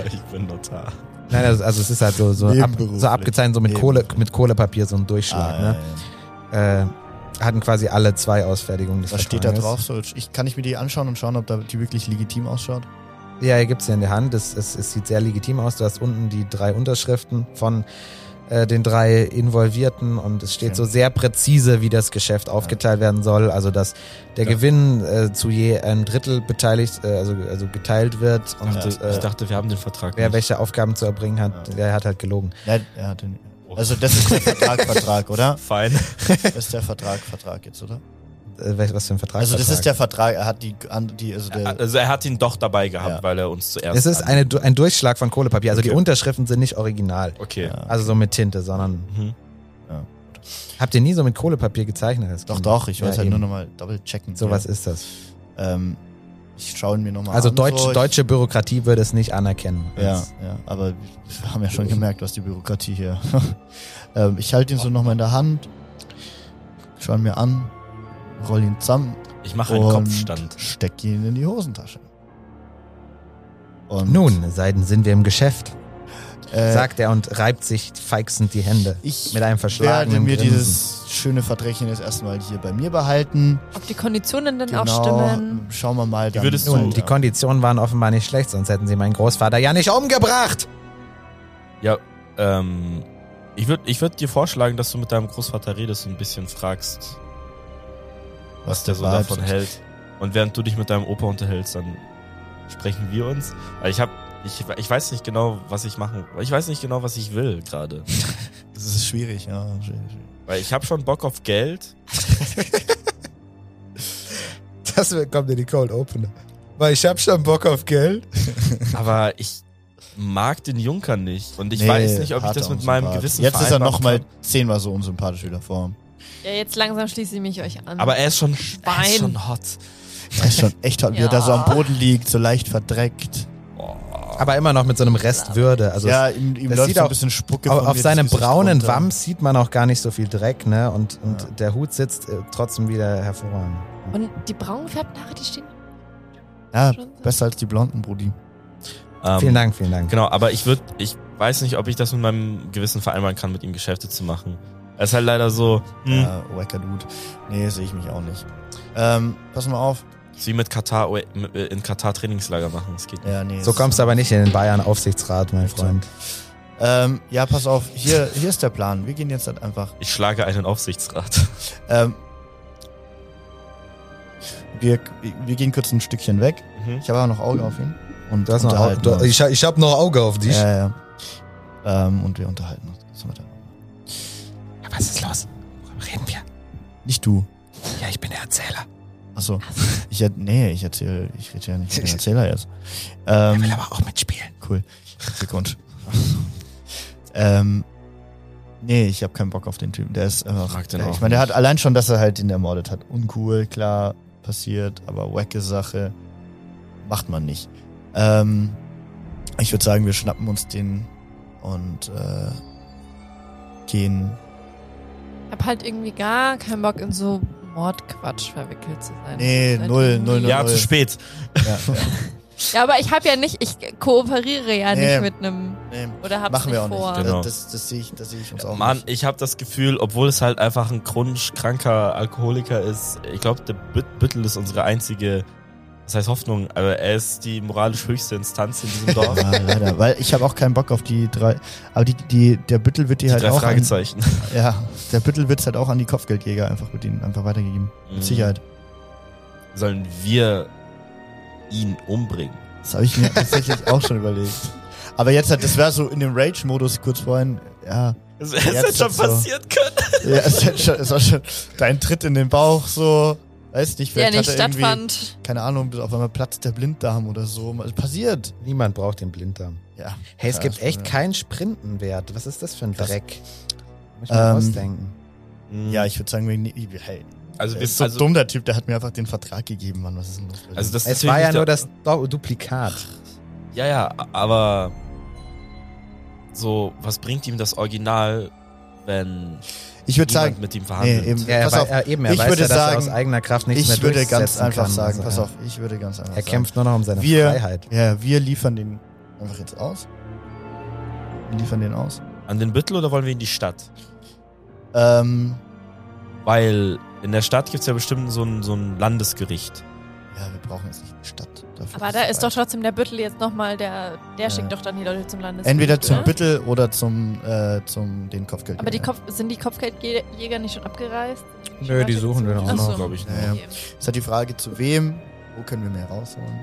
B: <laughs> ich bin Notar.
E: Ah,
D: nein, also, also es ist halt so, so, ab,
E: Nebenberuflich.
D: so abgezeichnet, so mit, Kohle,
E: Nebenberuflich.
D: mit Kohlepapier, so ein Durchschlag.
E: Ah, ja,
D: ne?
E: ja.
D: äh, hatten quasi alle zwei Ausfertigungen des
E: Was steht da
D: Vertrages.
E: drauf? So, ich, kann ich mir die anschauen und schauen, ob da die wirklich legitim ausschaut?
D: Ja, hier gibt's sie in der Hand. Es, es, es sieht sehr legitim aus. Du hast unten die drei Unterschriften von äh, den drei Involvierten und es steht
E: Schön.
D: so sehr präzise, wie das Geschäft aufgeteilt werden soll. Also, dass der Gewinn äh, zu je einem Drittel beteiligt, äh, also, also geteilt wird und
B: Ich dachte,
D: äh,
B: ich dachte, wir haben den Vertrag.
D: wer
B: nicht.
D: welche Aufgaben zu erbringen hat, der hat halt gelogen.
E: Ja, ja, den, also das ist der Vertrag, Vertrag, oder?
B: Fein.
E: <laughs> Das ist der Vertrag, Vertrag jetzt, oder?
D: Äh, wel- was für ein Vertrag?
E: Also das
D: Vertrag.
E: ist der Vertrag, er hat die, an- die also der,
B: Also er hat ihn doch dabei gehabt,
E: Ja.
B: weil er uns zuerst.
D: Es ist
B: an-
D: eine, Du- ein Durchschlag von Kohlepapier. Also die
B: Okay.
D: Unterschriften sind nicht original.
B: Okay.
E: Ja.
D: Also so mit Tinte, sondern
B: Mhm.
D: habt ihr nie so mit Kohlepapier gezeichnet? als
E: doch,
D: Kind?
E: doch, ich
D: Ja,
E: wollte halt
D: eben.
E: nur nochmal double checken.
D: Sowas ist das.
E: Ähm, ich schaue ihn mir nochmal
D: Also
E: an.
D: deutsch,
E: so, ich-
D: deutsche Bürokratie würde es nicht anerkennen.
E: Ja, ja, aber wir haben ja schon gemerkt, was die Bürokratie hier. <laughs> ähm, ich halte ihn so nochmal in der Hand, schaue ihn mir an, roll ihn zusammen
B: Ich mache einen Kopfstand.
E: steck ihn in die Hosentasche. Und,
D: Nun, seitdem sind wir im Geschäft,
E: äh,
D: sagt er und reibt sich feixend die Hände.
E: ich
D: mit einem
E: werde
D: verschlagenen
E: mir
D: Grinsen.
E: dieses schöne Verdrächen jetzt erstmal hier bei mir behalten.
C: Ob die Konditionen dann
E: Genau,
C: auch stimmen?
E: Schauen wir mal. Dann
B: würdest du-
D: Nun, die Konditionen waren offenbar nicht schlecht, sonst hätten sie meinen Großvater ja nicht umgebracht.
B: Ja, ähm, ich würde ich würd dir vorschlagen, dass du mit deinem Großvater redest und ein bisschen fragst, was der so
E: bleibt.
B: Also davon hält. Und während du dich mit deinem Opa unterhältst, dann sprechen wir uns. Weil ich hab, ich, ich weiß nicht genau, was ich machen. Ich weiß nicht genau, was ich will gerade.
E: Das ist schwierig, ja. schwierig. <laughs>
B: Weil ich habe schon Bock auf Geld.
D: Das kommt in die Cold Opener. Weil ich hab schon Bock auf Geld.
B: Aber ich mag den Junker nicht. Und ich
E: Nee,
B: weiß nicht, ob ich
E: harter
B: das mit
E: Unsympath.
B: meinem Gewissen
E: Jetzt ist er
B: vereinbaren
E: nochmal
B: kann.
E: zehnmal so unsympathisch wieder vor.
C: Ja, jetzt langsam schließe ich mich euch an.
B: Aber er ist schon, er ist
C: Schwein.
B: schon hot.
E: Er ist schon echt, wie er
C: Ja.
E: da so am Boden liegt, so leicht verdreckt.
D: Aber immer noch mit so einem Rest Würde. Also
E: ja, ihm, ihm
D: das
E: läuft
D: sieht
E: so ein
D: auch-
E: bisschen Spucke
D: auf,
E: vom
D: auf
E: Gesicht
D: seinem braunen
E: runter.
D: Wams sieht man auch gar nicht so viel Dreck, ne? Und, und
E: Ja.
D: der Hut sitzt äh, trotzdem wieder hervorragend.
C: Und die braun gefärbten Haare, die stehen.
E: Ja,
C: schon so.
E: besser als die blonden, Brudi.
B: Ähm,
D: vielen Dank, vielen Dank.
B: Genau, aber ich würde, ich weiß nicht, ob ich das mit meinem Gewissen vereinbaren kann, mit ihm Geschäfte zu machen. Er ist halt leider so, hm,
E: Ja, Ah, oh, wacker Dude. Nee, sehe ich mich auch nicht. Ähm, pass mal auf.
B: ist wie mit Katar, in Katar Trainingslager machen. Es geht nicht.
E: Ja, nee.
D: So
E: es-
D: kommst du aber nicht in den Bayern Aufsichtsrat, mein Freund.
E: Ähm, ja, pass auf. Hier, hier ist der Plan. Wir gehen jetzt halt einfach.
B: Ich schlage einen Aufsichtsrat.
E: Ähm, wir, wir gehen kurz ein Stückchen weg. Ich habe aber noch Auge auf ihn. Und
D: Du hast noch Au-
E: unterhalten
D: du,
E: uns.
D: ich, ich hab noch Auge auf dich.
E: Ja, ja. Ähm, und wir unterhalten uns. Was haben wir da?
D: Was ist los? Worüber reden wir?
E: Nicht du.
D: Ja, ich bin der Erzähler.
E: Achso. Ich, er- nee, ich erzähle, ich rede ja nicht mit dem Erzähler jetzt. Ähm,
D: aber auch mitspielen.
E: Cool. Glückwunsch. ähm, nee, ich habe keinen Bock auf den Typen. Der ist einfach.
B: Mag den
E: der,
B: auch
E: ich meine, der
B: nicht.
E: hat allein schon, dass er halt ihn ermordet hat. Uncool, klar, passiert, aber wacke Sache. Macht man nicht. Ähm, ich würde sagen, wir schnappen uns den und äh, gehen.
C: Ich hab halt irgendwie gar keinen Bock, in so Mordquatsch verwickelt zu sein.
E: Nee,
C: Das ist halt
E: null,
C: irgendwie-
E: null, null.
B: äh, Ja, zu spät.
E: Ja, ja.
C: Ja, aber ich habe ja nicht, ich kooperiere ja
E: Nee.
C: nicht mit einem
E: Nee,
C: oder hab's
E: machen
C: nicht
E: wir auch
C: vor.
E: nicht.
B: Genau.
E: Das, das, das sehe ich, das sehe ich uns auch
B: Mann,
E: nicht.
B: ich habe das Gefühl, obwohl es halt einfach ein chronisch kranker Alkoholiker ist, ich glaube, der Büt- Büttel ist unsere einzige, das heißt Hoffnung, aber er ist die moralisch höchste Instanz in
E: <laughs>
B: diesem Dorf.
E: Ja, leider, weil ich habe auch keinen Bock auf die drei. Aber die, die, der Büttel wird die,
B: Die
E: halt
B: drei
E: auch. An,
B: Fragezeichen.
E: ja, der Büttel wird's halt auch an die Kopfgeldjäger einfach bedienen, einfach weitergegeben.
D: Mhm.
E: Mit Sicherheit.
B: Sollen wir ihn umbringen?
E: Das habe ich mir tatsächlich auch schon überlegt. Aber jetzt halt, das wäre so in dem Rage-Modus kurz vorhin. Ja,
B: Es
E: Jetzt
B: hätte schon
E: hat's so-
B: passieren können.
E: ja es hat schon, es war schon dein Tritt in den Bauch so. Weiß nicht,
C: der
E: vielleicht
C: nicht
E: hat er irgendwie,
C: stattfand.
E: keine Ahnung, auf einmal platzt der Blinddarm oder so. Also Passiert.
D: Niemand braucht den Blinddarm.
E: Ja.
D: Hey, es
E: Ja,
D: gibt
E: das-
D: echt keinen Sprintenwert. Was ist das für ein
E: Krass.
D: Dreck? Muss ich mal
E: Ähm,
D: ausdenken.
E: Ja, ich würde sagen, wegen, hey,
B: also, wir,
E: der Mhm. ist so
B: also,
E: dumm, der Typ, der hat mir einfach den Vertrag gegeben, Mann. Was ist denn los? bei
B: also
E: dem?
B: das ist
D: Es war
B: natürlich
D: ja
B: nicht
D: nur
B: der-
D: das Du- Duplikat.
B: Ja, ja, aber so, was bringt ihm das Original, wenn
E: ich
B: niemand
E: würde sagen,
B: mit ihm
E: nee,
B: verhandelt?
E: eben,
D: Ja, er
E: pass
D: wei-
E: auf,
D: er, eben, er
E: ich
D: weiß
E: würde
D: ja, dass er aus
E: sagen,
D: eigener Kraft nichts mehr
E: ich würde ganz
D: durchsetzen
E: einfach
D: kann.
E: sagen,
D: Also,
E: pass
D: ja.
E: auf, ich würde ganz einfach
D: Er
E: sagen.
D: kämpft nur noch um seine
E: Wir-
D: Freiheit.
E: Ja, wir liefern den einfach jetzt aus. Wir liefern den aus.
B: An den Büttel oder wollen wir in die Stadt?
E: Ähm,
B: Weil in der Stadt gibt's ja bestimmt so ein, so ein Landesgericht.
E: ja, wir brauchen jetzt nicht die Stadt. Dafür
C: Aber
E: ist
C: da
E: es
C: ist doch
E: weit.
C: trotzdem der Büttel jetzt nochmal, der, der
E: Ja.
C: schickt doch dann die Leute zum Landes.
E: Entweder zum
C: oder?
E: Büttel oder zum, äh, zum, den Kopfgeld.
C: ne? Aber die Kopf sind die Kopfgeldjäger nicht schon abgereist?
D: Nö, die suchen den auch
C: Ach
D: noch,
C: so.
B: glaub ich,
E: ne? Ja, ja.
C: Okay.
E: Ist halt die Frage, zu wem? Wo können wir mehr
D: <laughs>
E: rausholen?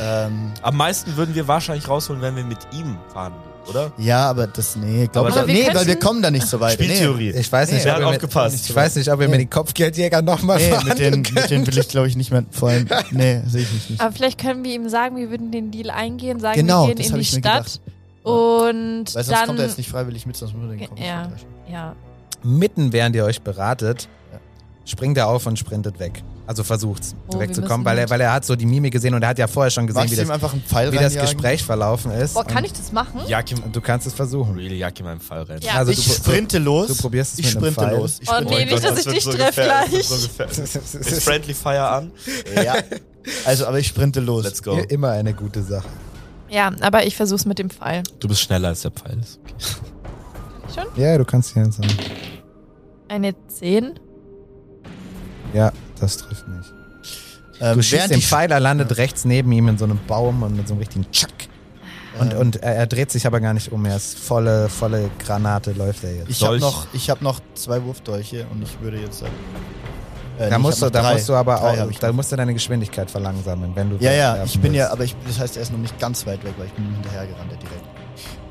E: ähm,
B: Am meisten würden wir wahrscheinlich rausholen, wenn wir mit ihm verhandeln, oder?
E: ja, aber das, nee, glaube
B: Aber
E: ich,
C: wir
E: nee, weil
C: könnten-
E: wir kommen da nicht so weit. Nee.
D: Ich weiß
E: Nee,
D: nicht,
E: wer
D: ob
B: hat
D: wir mit-
B: aufgepasst?
D: Ich weiß nicht, ob wir
E: Nee.
D: mit den Kopfgeldjäger nochmal
E: Nee, mit
D: verhandeln
E: den,
D: können.
E: mit den will ich, glaube ich, nicht mehr. Vor allem, nee, sehe ich mich nicht.
C: Aber vielleicht können wir ihm sagen, wir würden den Deal eingehen, sagen,
E: Genau,
C: wir gehen
E: das
C: in
E: hab
C: die
E: ich mir
C: Stadt. Und
E: Weil sonst
C: dann.
E: kommt er jetzt nicht freiwillig mit, sonst muss er den Kopf
C: Ja.
E: verdreschen.
C: ja.
D: Mitten während ihr euch beratet,
E: Ja.
D: springt er auf und sprintet weg. Also versucht's,
C: Oh, wir
D: wegzukommen,
C: müssen
D: weil er,
C: mit.
D: weil er hat so die Mimik gesehen und er hat ja vorher schon gesehen,
E: Magst
D: wie
E: du ihm
D: das,
E: einfach einen Pfeil
D: wie das
E: reinjagen?
D: Gespräch verlaufen ist.
C: Boah, kann
D: und,
C: ich das machen?
B: Jakim,
D: und du kannst es versuchen.
B: really Jakim im Fall rennen.
C: Ja.
D: Also
E: ich
D: du,
E: sprinte los.
D: du probierst es
E: ich
D: mit einem
E: sprinte
D: Pfeil.
E: los. Ich
C: Oh,
E: sprinte
C: nee,
E: los.
C: nicht, dass ich dich treff gleich.
B: Ist Friendly Fire an?
E: Ja. Also, aber ich sprinte los.
B: Let's go.
D: Immer eine gute Sache.
C: Ja, aber ich versuch's mit dem Pfeil.
B: Du bist schneller als der Pfeil. ist.
D: Ja, du kannst hier sein.
C: Eine 10.
D: Ja, das trifft nicht.
E: Ähm,
D: Du schießt
E: während
D: den
E: ich-
D: Pfeiler, landet rechts neben ihm in so einem Baum und mit so einem richtigen Tschack. Und,
E: Ähm,
D: und er, er dreht sich aber gar nicht um. Er ist volle, volle Granate läuft er jetzt.
E: Ich habe
B: Dolch.
E: noch, ich hab noch zwei Wurfdolche und ich würde jetzt sagen. äh, nee,
D: da
E: ich
D: musst du,
E: hab noch
D: da
E: drei.
D: musst du aber
E: Drei hab
D: auch,
E: ich
D: da
E: noch.
D: musst du deine Geschwindigkeit verlangsamen, wenn du.
E: Ja, ja,
D: werfen
E: ich bin ja,
D: willst.
E: aber ich, das heißt, er ist noch nicht ganz weit weg, weil ich bin ihm hinterhergerannt der direkt.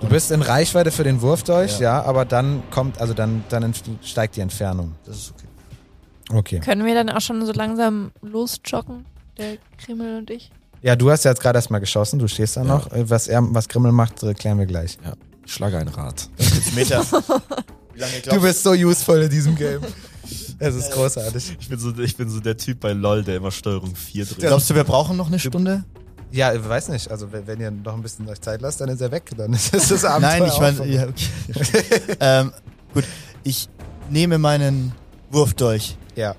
D: Du bist in Reichweite für den Wurf durch, ja. aber dann kommt, also dann, dann ent- steigt die Entfernung.
E: Das ist okay.
D: Okay.
C: Können wir dann auch schon so langsam losjoggen, der Krimmel und ich?
D: Ja, du hast ja jetzt gerade erstmal geschossen. Du stehst da noch. Äh, Was er, was Grimmel macht, äh, klären wir gleich.
B: Ja. Schlag ein
E: <laughs>
B: Rad.
D: <laughs>
E: Meter. Wie lange
D: Du
E: glaubst
D: bist so useful in diesem <laughs> Game. Es ist großartig.
B: Ich bin, so, ich bin so der Typ bei LOL, der immer Steuerung 4 drückt.
E: du? Glaubst du, wir brauchen noch eine Stunde?
D: Ja, äh, weiß nicht. Also wenn wenn ihr noch ein bisschen euch Zeit lasst, dann ist er weg. Dann ist <laughs> das Abenteuer
E: Nein, ich
D: auch
E: meine,
D: vorbei.
E: ja, okay. <laughs> ähm, gut, ich nehme meinen Wurfdolch,
D: Ja,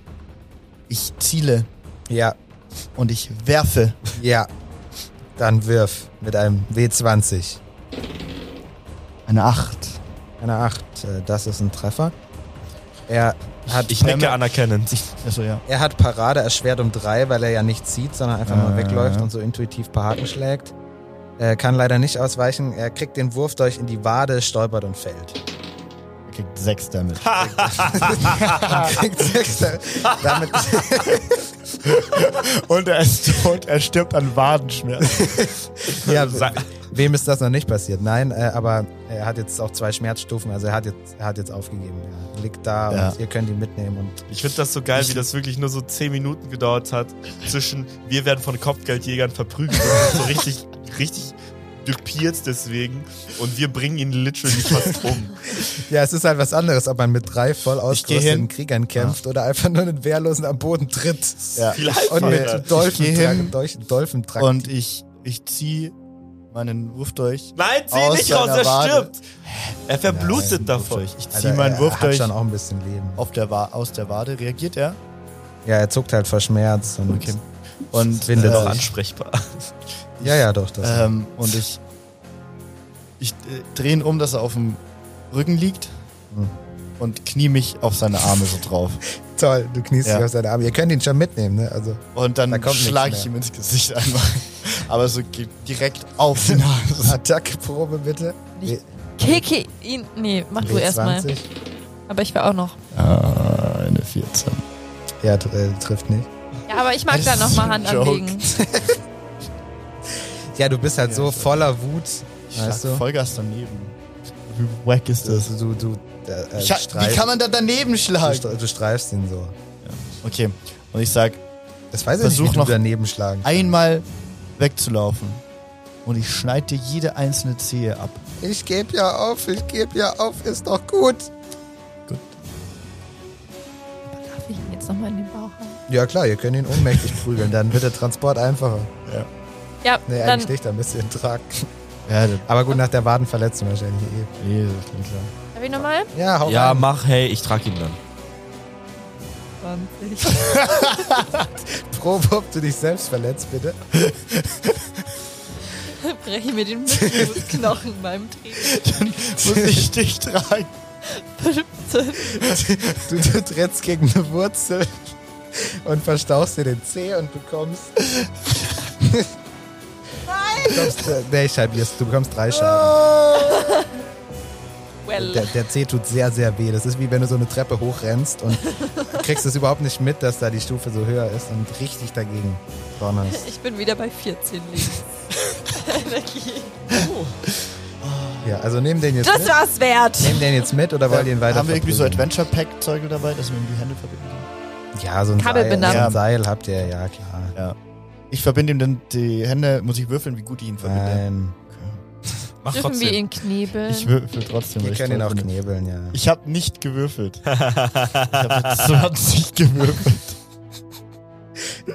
E: ich ziele
D: ja,
E: und ich werfe.
D: ja. Dann wirf mit einem W20.
E: Eine Acht.
D: Eine 8. äh, Das ist ein Treffer. Er hat,
B: Ich nicke anerkennend.
E: Achso, ja.
D: er hat Parade erschwert um 3, weil er ja nicht zieht, sondern einfach nur
E: Ah,
D: wegläuft
E: ja.
D: und so intuitiv paar Haken schlägt. Er kann leider nicht ausweichen. Er kriegt den Wurf durch in die Wade, stolpert und fällt. <laughs>
E: Er kriegt sechs damit.
D: Kriegt sechs. Damit,
E: Und er ist <laughs> tot, er stirbt an Wadenschmerzen.
D: <laughs> ja,
B: Sa-
D: wem ist das noch nicht passiert? Nein, äh, aber er hat jetzt auch zwei Schmerzstufen. Also er hat jetzt, er hat jetzt aufgegeben. Er liegt da
E: Ja.
D: und ihr könnt ihn mitnehmen und
B: Ich finde das so geil, wie das wirklich nur so 10 Minuten gedauert hat. Zwischen wir werden von Kopfgeldjägern verprügelt und sind so richtig, richtig dupiert deswegen. Und wir bringen ihn literally fast <laughs> um.
D: Ja, es ist halt was anderes, ob man mit drei voll ausgerüsteten
E: hin.
D: Kriegern kämpft oder einfach nur einen Wehrlosen am Boden tritt.
E: Ja.
B: Viel einfacher.
D: Und mit
E: Ich geh hin.
D: Dolphentrakt. Dolch- Dolphentrakt.
E: Und ich, ich ziehe meinen Wurfdolch.
B: Nein, zieh
E: Aus
B: nicht raus,
E: seiner
B: er
E: Wade.
B: stirbt. Er verblutet
E: Nein,
B: davon.
E: Wurfdolch. Ich
D: Alter,
E: ziehe meinen
D: er
E: Wurfdolch
D: hat schon auch ein bisschen Leben.
E: auf der Wa aus der Wade. Reagiert er?
D: Ja, er zuckt halt vor Schmerz. Und
E: Okay. Und,
D: Windet
B: Noch
D: Ja,
E: äh,
D: an.
B: ansprechbar.
D: <laughs> Ja, ja, doch. Das
E: ähm, und ich, ich äh, drehe ihn um, dass er auf dem Rücken liegt.
D: Mhm.
E: Und knie mich auf seine Arme so drauf.
D: Toll, du kniest
E: ja.
D: dich auf seine Arme. Ihr könnt ihn schon mitnehmen, ne?
E: <laughs>
D: Also,
E: Und
D: Da
E: dann
D: kommt nichts
E: schlage
D: mehr.
E: ich ihm ins Gesicht einmal. Aber so geht direkt auf die Nase.
D: Attackeprobe bitte.
C: Ich- Kiki ihn. Nee, mach du erstmal.
D: W20.
C: Aber ich war auch noch.
E: Eine 14.
D: Ja, tr äh, trifft nicht.
C: Ja, aber ich mag da
E: Das ist
C: nochmal
E: ein
C: Hand
E: Joke.
C: anlegen.
D: Ja, du bist halt so voller Wut.
E: Ich Ich
D: Weißt
E: schlag
D: du?
E: Vollgas daneben. Wie wack ist das?
D: Du, du, du, äh, äh,
E: Ich ha- wie
D: streif-
E: kann man da daneben
D: du,
E: schlagen?
D: stre- du streifst ihn so.
E: Okay, und ich sag,
D: Das weiß ich
E: Versuch
D: nicht, wie
E: noch
D: du daneben schlagen kannst.
E: einmal wegzulaufen. Und ich schneide dir jede einzelne Zehe ab.
D: Ich geb ja auf, ich geb ja auf, ist doch gut.
C: Darf ich ihn jetzt nochmal in den Bauch haben?
D: Ja klar, ihr könnt ihn ohnmächtig prügeln, dann wird der Transport einfacher.
C: Ja,
D: Nee,
C: dann
D: eigentlich nicht, dann müsst ihr ihn tragen.
E: Ja, das
D: Aber gut, nach der Wadenverletzung wahrscheinlich eh.
E: Jesus, klingt klar.
C: darf ich nochmal?
D: Ja, hau
G: Ja,
D: rein.
G: mach, hey, ich trag ihn dann.
C: 20.
D: Pro Wurf, du dich selbst verletzt, bitte.
C: Breche mir den Mittelfußknochen beim Treten.
E: Muss ich dich tragen?
C: 15.
D: Du, du trittst gegen eine Wurzel und verstauchst dir den Zeh und bekommst... Nein! äh, Nee, ich halbier's. Du bekommst drei Scheiben. Der,
C: Oh. Well.
D: der Zeh tut sehr, sehr weh. Das ist wie wenn du so eine Treppe hochrennst und kriegst es überhaupt nicht mit, dass da die Stufe so höher ist und richtig dagegen donnerst.
C: Ich bin wieder bei 14 Lebensenergie.
D: Ja, also nehmen den jetzt
C: Das
D: mit.
C: war's wert.
D: Nehmen den jetzt mit oder wollt ihr ihn weiter
E: Haben wir irgendwie so
D: verprügeln?
E: Adventure-Pack-Zeug dabei, dass wir ihm die Hände verbinden können?
D: Ja, so ein
C: Kabelbinder.
D: Seil, so
E: Ja.
D: ein Seil habt ihr, ja klar.
E: Ich verbinde ihm dann die Hände, muss ich würfeln, wie gut ich ihn verbinde.
D: Nein,
G: Mach
C: Dürfen wir
G: trotzdem.
C: ihn knebeln?
E: Ich würfel trotzdem. weil
D: wir
E: ich
D: können ihn
E: toll
D: auch
E: bin.
D: knebeln, ja.
E: Ich habe nicht gewürfelt. ich habe <laughs> 20 gewürfelt.
D: <laughs>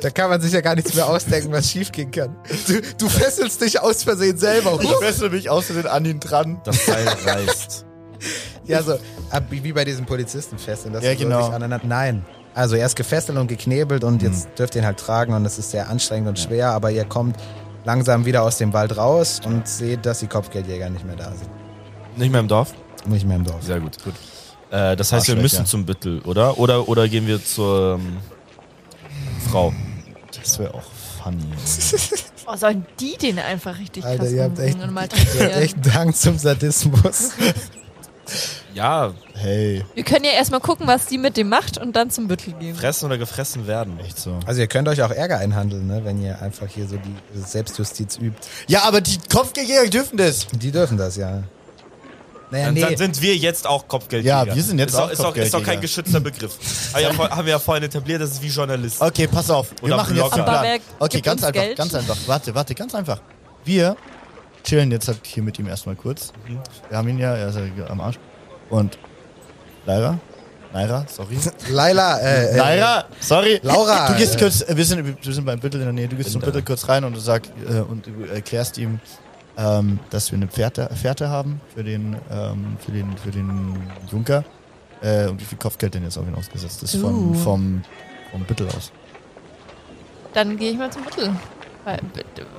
D: Da kann man sich ja gar nichts mehr ausdenken, was schiefgehen kann. Du, du fesselst dich aus Versehen selber.
E: Ich fessel mich außerdem an ihn dran.
G: Das Seil reißt.
D: Ja, so ab- wie wie bei diesen Polizisten fesseln. Dass
E: Ja,
D: du so
E: genau.
D: dich aneinander, nein. Also er ist gefesselt und geknebelt und jetzt dürft ihr ihn halt tragen und es ist sehr anstrengend und schwer, aber ihr kommt langsam wieder aus dem Wald raus und seht, dass die Kopfgeldjäger nicht mehr da sind.
G: Nicht mehr im Dorf?
D: Nicht mehr im Dorf.
G: Sehr gut. gut. Äh, das heißt, wir
E: Arschlöcher.
G: müssen zum Büttel, oder? Oder, oder gehen wir zur ähm, Frau?
E: Das wäre auch funny.
C: Oh, sollen die den einfach richtig
D: Alter,
C: krass
D: ihr habt echt-
C: umbringen und mal
D: Ihr habt <laughs>
C: trainieren?
D: Echt Dank zum Sadismus.
G: Ja,
E: Hey,
C: Wir können ja erstmal gucken, was die mit dem macht und dann zum Büttel gehen.
G: fressen oder gefressen werden.
E: echt so.
D: Also ihr könnt euch auch Ärger einhandeln, ne? wenn ihr einfach hier so die Selbstjustiz übt.
E: Ja, aber die Kopfgeldjäger dürfen das.
D: Die dürfen das ja. Naja,
G: Dann,
D: nee.
G: dann sind wir jetzt auch Kopfgeldjäger.
E: Ja, wir sind jetzt
G: ist
E: auch
G: Ist auch, ist auch kein
E: Kopfgeldjäger.
G: geschützter Begriff.
E: <laughs>
G: Aber ja, vor- haben wir ja vorhin etabliert, das ist wie Journalist.
E: Okay, pass auf. Wir
G: Oder
E: machen jetzt einen
C: Blogger. Aber
E: Plan.
C: wer
E: Okay,
C: gibt
E: ganz
C: uns
E: einfach,
C: Geld?
E: ganz einfach. Warte, warte, ganz einfach. Wir chillen jetzt halt hier mit ihm erstmal kurz. Wir haben ihn ja, er ist ja am Arsch. Und Lyra? Lyra, sorry.
D: Laila, äh, äh,
E: Lyra, sorry.
D: Laura,
E: Du gehst
D: äh,
E: kurz, äh, wir sind, wir sind beim Büttel in der Nähe, du gehst zum Büttel kurz rein und du sagst, äh, und du erklärst ihm, ähm, dass wir eine Pferde, Pferde haben für den, ähm, für den, für den Junker. Äh, und wie viel Kopfgeld denn jetzt auf ihn ausgesetzt ist von,
C: Uh.
E: vom, vom Büttel aus.
C: Dann gehe ich mal zum Büttel. Weil,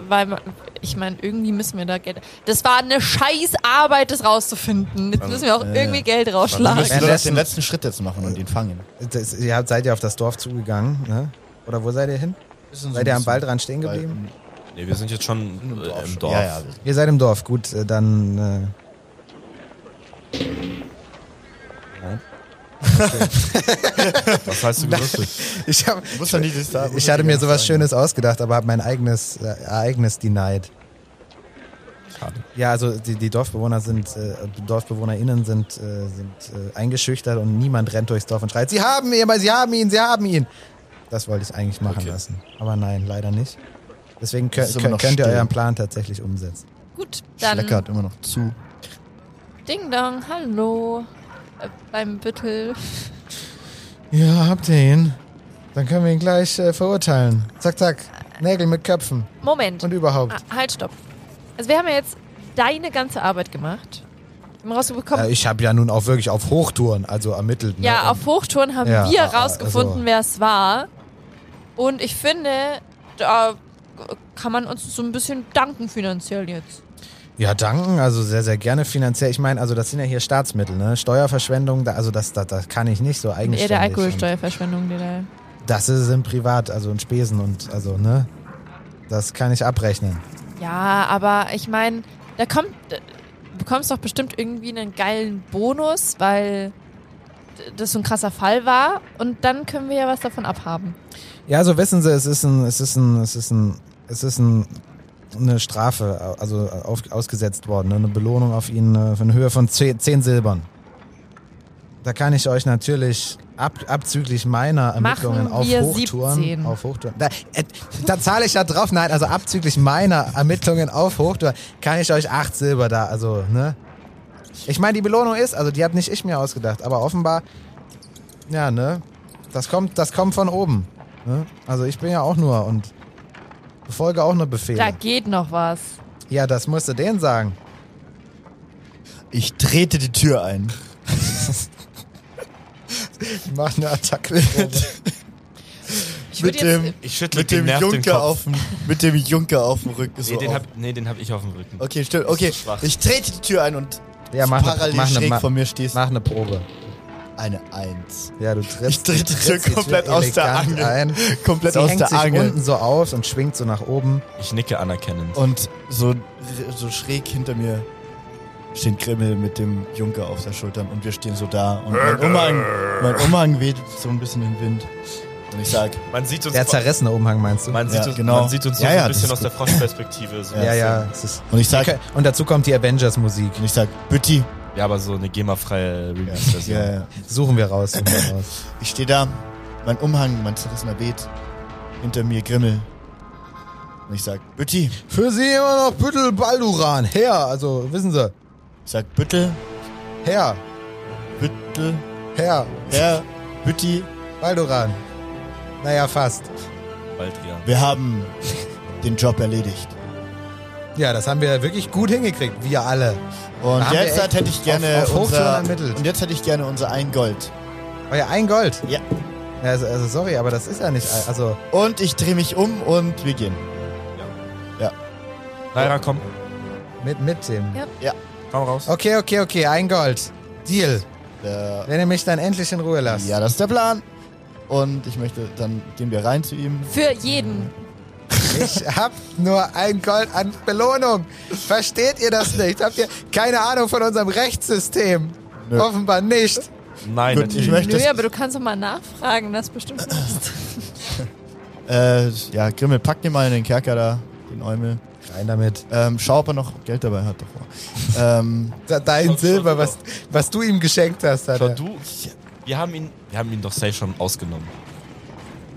C: weil man- ich meine, irgendwie müssen wir da Geld. Das war eine scheiß Arbeit, das rauszufinden. Jetzt müssen wir auch
D: äh,
C: irgendwie Geld
E: Wir
C: rausschlagen.
E: müssen
D: Währenddessen-
E: das den letzten Schritt jetzt machen und ihn fangen.
D: das, ihr habt, seid ihr auf das Dorf zugegangen, ne? Oder wo seid ihr hin? Seid ihr am Waldrand stehen geblieben?
G: Nee, wir sind jetzt schon äh, im Dorf.
E: Ja, ja.
D: Ihr seid im Dorf, gut, äh, dann. Äh,
G: Was heißt du gewürfelt?
D: ich, hab,
E: Du musst doch nicht das da- musst
D: ich
E: doch
D: hatte
E: nicht
D: mir sowas
E: sagen.
D: Schönes ausgedacht, aber habe mein eigenes äh, Ereignis denied.
G: Schade.
D: Ja, also die, die Dorfbewohner sind, äh, die DorfbewohnerInnen sind, äh, sind äh, eingeschüchtert und niemand rennt durchs Dorf und schreit, sie haben ihn, sie haben ihn, sie haben ihn. Das wollte ich eigentlich machen
G: Okay.
D: lassen. Aber nein, leider nicht. Deswegen
E: Das
D: könnt,
E: ist immer
D: könnt,
E: noch
D: könnt ihr
E: still.
D: euren Plan tatsächlich umsetzen.
C: Gut,
E: Schlecker
C: dann
E: hat immer noch zu.
C: Ding Dong, hallo. Äh, beim Büttel.
D: Ja, habt ihr ihn? Dann können wir ihn gleich äh, verurteilen. Zack, zack. Nägel mit Köpfen
C: Moment.
D: und überhaupt.
C: Ah, halt, stopp. Also wir haben ja jetzt deine ganze Arbeit gemacht. Wir haben rausbekommen,
D: Äh, ich habe ja nun auch wirklich auf Hochtouren, also ermittelt. ne?
C: ja,
D: Und-
C: auf Hochtouren haben
D: Ja,
C: wir
D: ah, ah,
C: rausgefunden,
D: also-
C: wer es war. Und ich finde, da kann man uns so ein bisschen danken finanziell jetzt.
D: Ja, danken, also sehr, sehr gerne finanziell. Ich meine, also das sind ja hier Staatsmittel, ne? Steuerverschwendung, da, also das, das, das kann ich nicht so eigentlich.
C: Eher der Alkoholsteuerverschwendung, die da.
D: Das ist im Privat, also in Spesen und also, ne? Das kann ich abrechnen.
C: Ja, aber ich meine, da kommt. Du bekommst doch bestimmt irgendwie einen geilen Bonus, weil das so ein krasser Fall war. Und dann können wir ja was davon abhaben.
D: Ja, also wissen Sie, es ist ein, es ist ein, es ist ein, es ist ein eine Strafe, also auf, ausgesetzt worden, ne? eine Belohnung auf ihn äh, von Höhe von 10, Silbern. Da kann ich euch natürlich ab, abzüglich meiner Ermittlungen
C: Machen
D: auf
C: wir
D: Hochtouren,
C: 17.
D: auf Hochtouren. Da, äh, da zahle ich ja drauf, nein, also abzüglich meiner Ermittlungen auf Hochtouren kann ich euch 8 Silber da, also, ne? Ich meine, die Belohnung ist, also die habe nicht ich mir ausgedacht, aber offenbar, ja, ne? Das kommt, das kommt von oben. Ne? Also ich bin ja auch nur und befolge auch nur Befehle.
C: Da geht noch was.
D: Ja, das musst du denen sagen.
E: Ich trete die Tür ein.
D: Ich mach eine
E: <laughs>
D: Attacke.
C: Ich
E: Mit
C: würde
E: dem,
C: jetzt,
G: <laughs> Ich schüttle
E: mit dem
G: genervt den
E: Junker
G: Kopf.
E: auf dem, mit dem Junker auf dem Rücken. So
G: nee, den
E: auf.
G: hab, nee, den hab ich auf dem Rücken.
E: Okay, stimmt. Okay,
G: so schwach.
E: ich trete die Tür ein und
D: Ja, mach eine,
E: parallel
D: mach,
E: schräg
D: eine, ma-
E: von mir stehst
D: mach eine Probe.
E: eine Eins.
D: Ja, du trittst,
E: Ich tritt
D: du
E: die
D: trittst
E: Tür komplett aus der
D: elegant
E: Angel.
D: Ein.
E: Komplett
D: Sie
E: aus
D: hängt
E: der
D: sich
E: Angel.
D: unten so auf und schwingt so nach oben.
G: Ich nicke anerkennend.
E: Und so, so schräg hinter mir stehen Grimmel mit dem Junker auf der Schulter und wir stehen so da. Und mein Umhang, mein Umhang weht so ein bisschen im Wind. Und ich sag,
B: Man sieht uns,
D: Der zerrissene Umhang meinst du?
B: man sieht
E: Ja,
B: uns,
E: genau.
B: man sieht uns so
E: Ja, ja,
B: ein
E: das
B: bisschen
E: ist
B: aus der Froschperspektive. So.
D: ja, ja. Es ist,
E: und ich sag,
D: okay. Und dazu kommt die Avengers-Musik.
E: und ich sag, Bütti.
G: Ja, aber so eine GEMA-freie Remix-Version.
E: Ja, ja.
D: Suchen wir raus. Suchen wir raus.
E: Ich stehe da, mein Umhang, mein zerrissener Beet, hinter mir Grimmel. Und ich sag, Bütti.
D: Für sie immer noch Büttel Balduran. Her, also wissen Sie.
E: Ich sag, Büttel,
D: Her,
E: Büttel,
D: her,
E: Herr, Bütti.
D: Balduran. Naja, fast.
G: Baldrian.
E: Wir haben den Job erledigt.
D: Ja, das haben wir wirklich gut hingekriegt, wir alle.
E: Und
D: Haben wir
E: jetzt
D: echt
E: hätte ich
D: auf-
E: gerne
D: auf Hochtouren
E: unser,
D: ermittelt.
E: und jetzt hätte ich gerne unser ein Gold.
D: Euer Oh ein Gold.
E: Ja.
D: Ja, Also, also sorry, aber das ist ja nicht. all- Also
E: Und ich drehe mich um und wir gehen.
G: Naira, komm.
D: mit, mit dem.
C: Ja.
E: Ja.
G: Komm raus.
D: Okay, okay, okay, ein Gold. Deal.
E: Der,
D: Wenn ihr mich dann endlich in Ruhe lasst.
E: Äh, ja, das ist der Plan. Und ich möchte, dann gehen wir rein zu ihm.
C: für jeden.
D: Ich hab nur ein Gold an Belohnung. Versteht ihr das nicht? Habt ihr keine Ahnung von unserem Rechtssystem?
E: Nö.
D: Offenbar nicht.
G: Nein,
E: Oh, Gut,
G: natürlich.
E: ich möchte-
C: Nö,
E: Das-
C: aber du kannst doch mal nachfragen, das ist bestimmt nicht.
E: Äh, ja, Grimmel, pack dir mal den Kerker da, den Eumel.
D: Rein damit.
E: Ähm, schau, ob er noch Geld dabei hat davor. ähm,
D: Da- Dein Silber, was, was du ihm geschenkt hast, hat
G: Schau,
D: er.
G: du, ich, wir, haben ihn, wir haben ihn doch safe schon ausgenommen.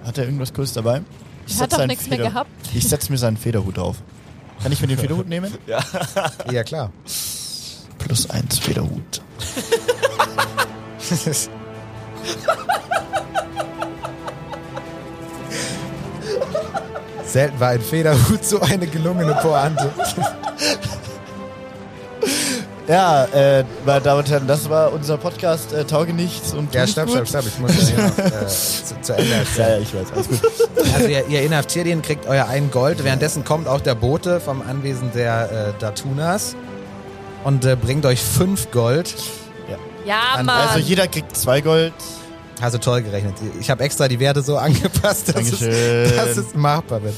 E: hat er irgendwas Cooles dabei? Ich setz
C: Hat doch
E: seinen
C: nichts mehr
E: Feder-
C: gehabt.
E: Ich setze mir seinen Federhut auf. Kann ich mir den Federhut nehmen?
D: Ja, klar.
E: Plus eins Federhut.
D: Selten war ein Federhut so eine gelungene Pointe.
E: Ja, äh, meine Damen und Herren, das war unser Podcast äh, Tauge nichts und
D: Ja,
E: tu
D: stopp,
E: gut.
D: stopp, stopp. Ich muss das hier noch äh, zu, zu Ende erzählen.
E: Ja, ja, ich weiß. Alles gut.
D: Also ihr, ihr inhaftiert ihn, kriegt euer ein Gold. Währenddessen kommt auch der Bote vom Anwesen der äh, Datunas und äh, bringt euch fünf Gold.
C: Ja,
D: An-
C: Mann.
E: Also jeder kriegt zwei Gold.
D: Also toll gerechnet. Ich habe extra die Werte so <laughs> angepasst, dass, es,
E: Dankeschön.
D: dass es machbar wird.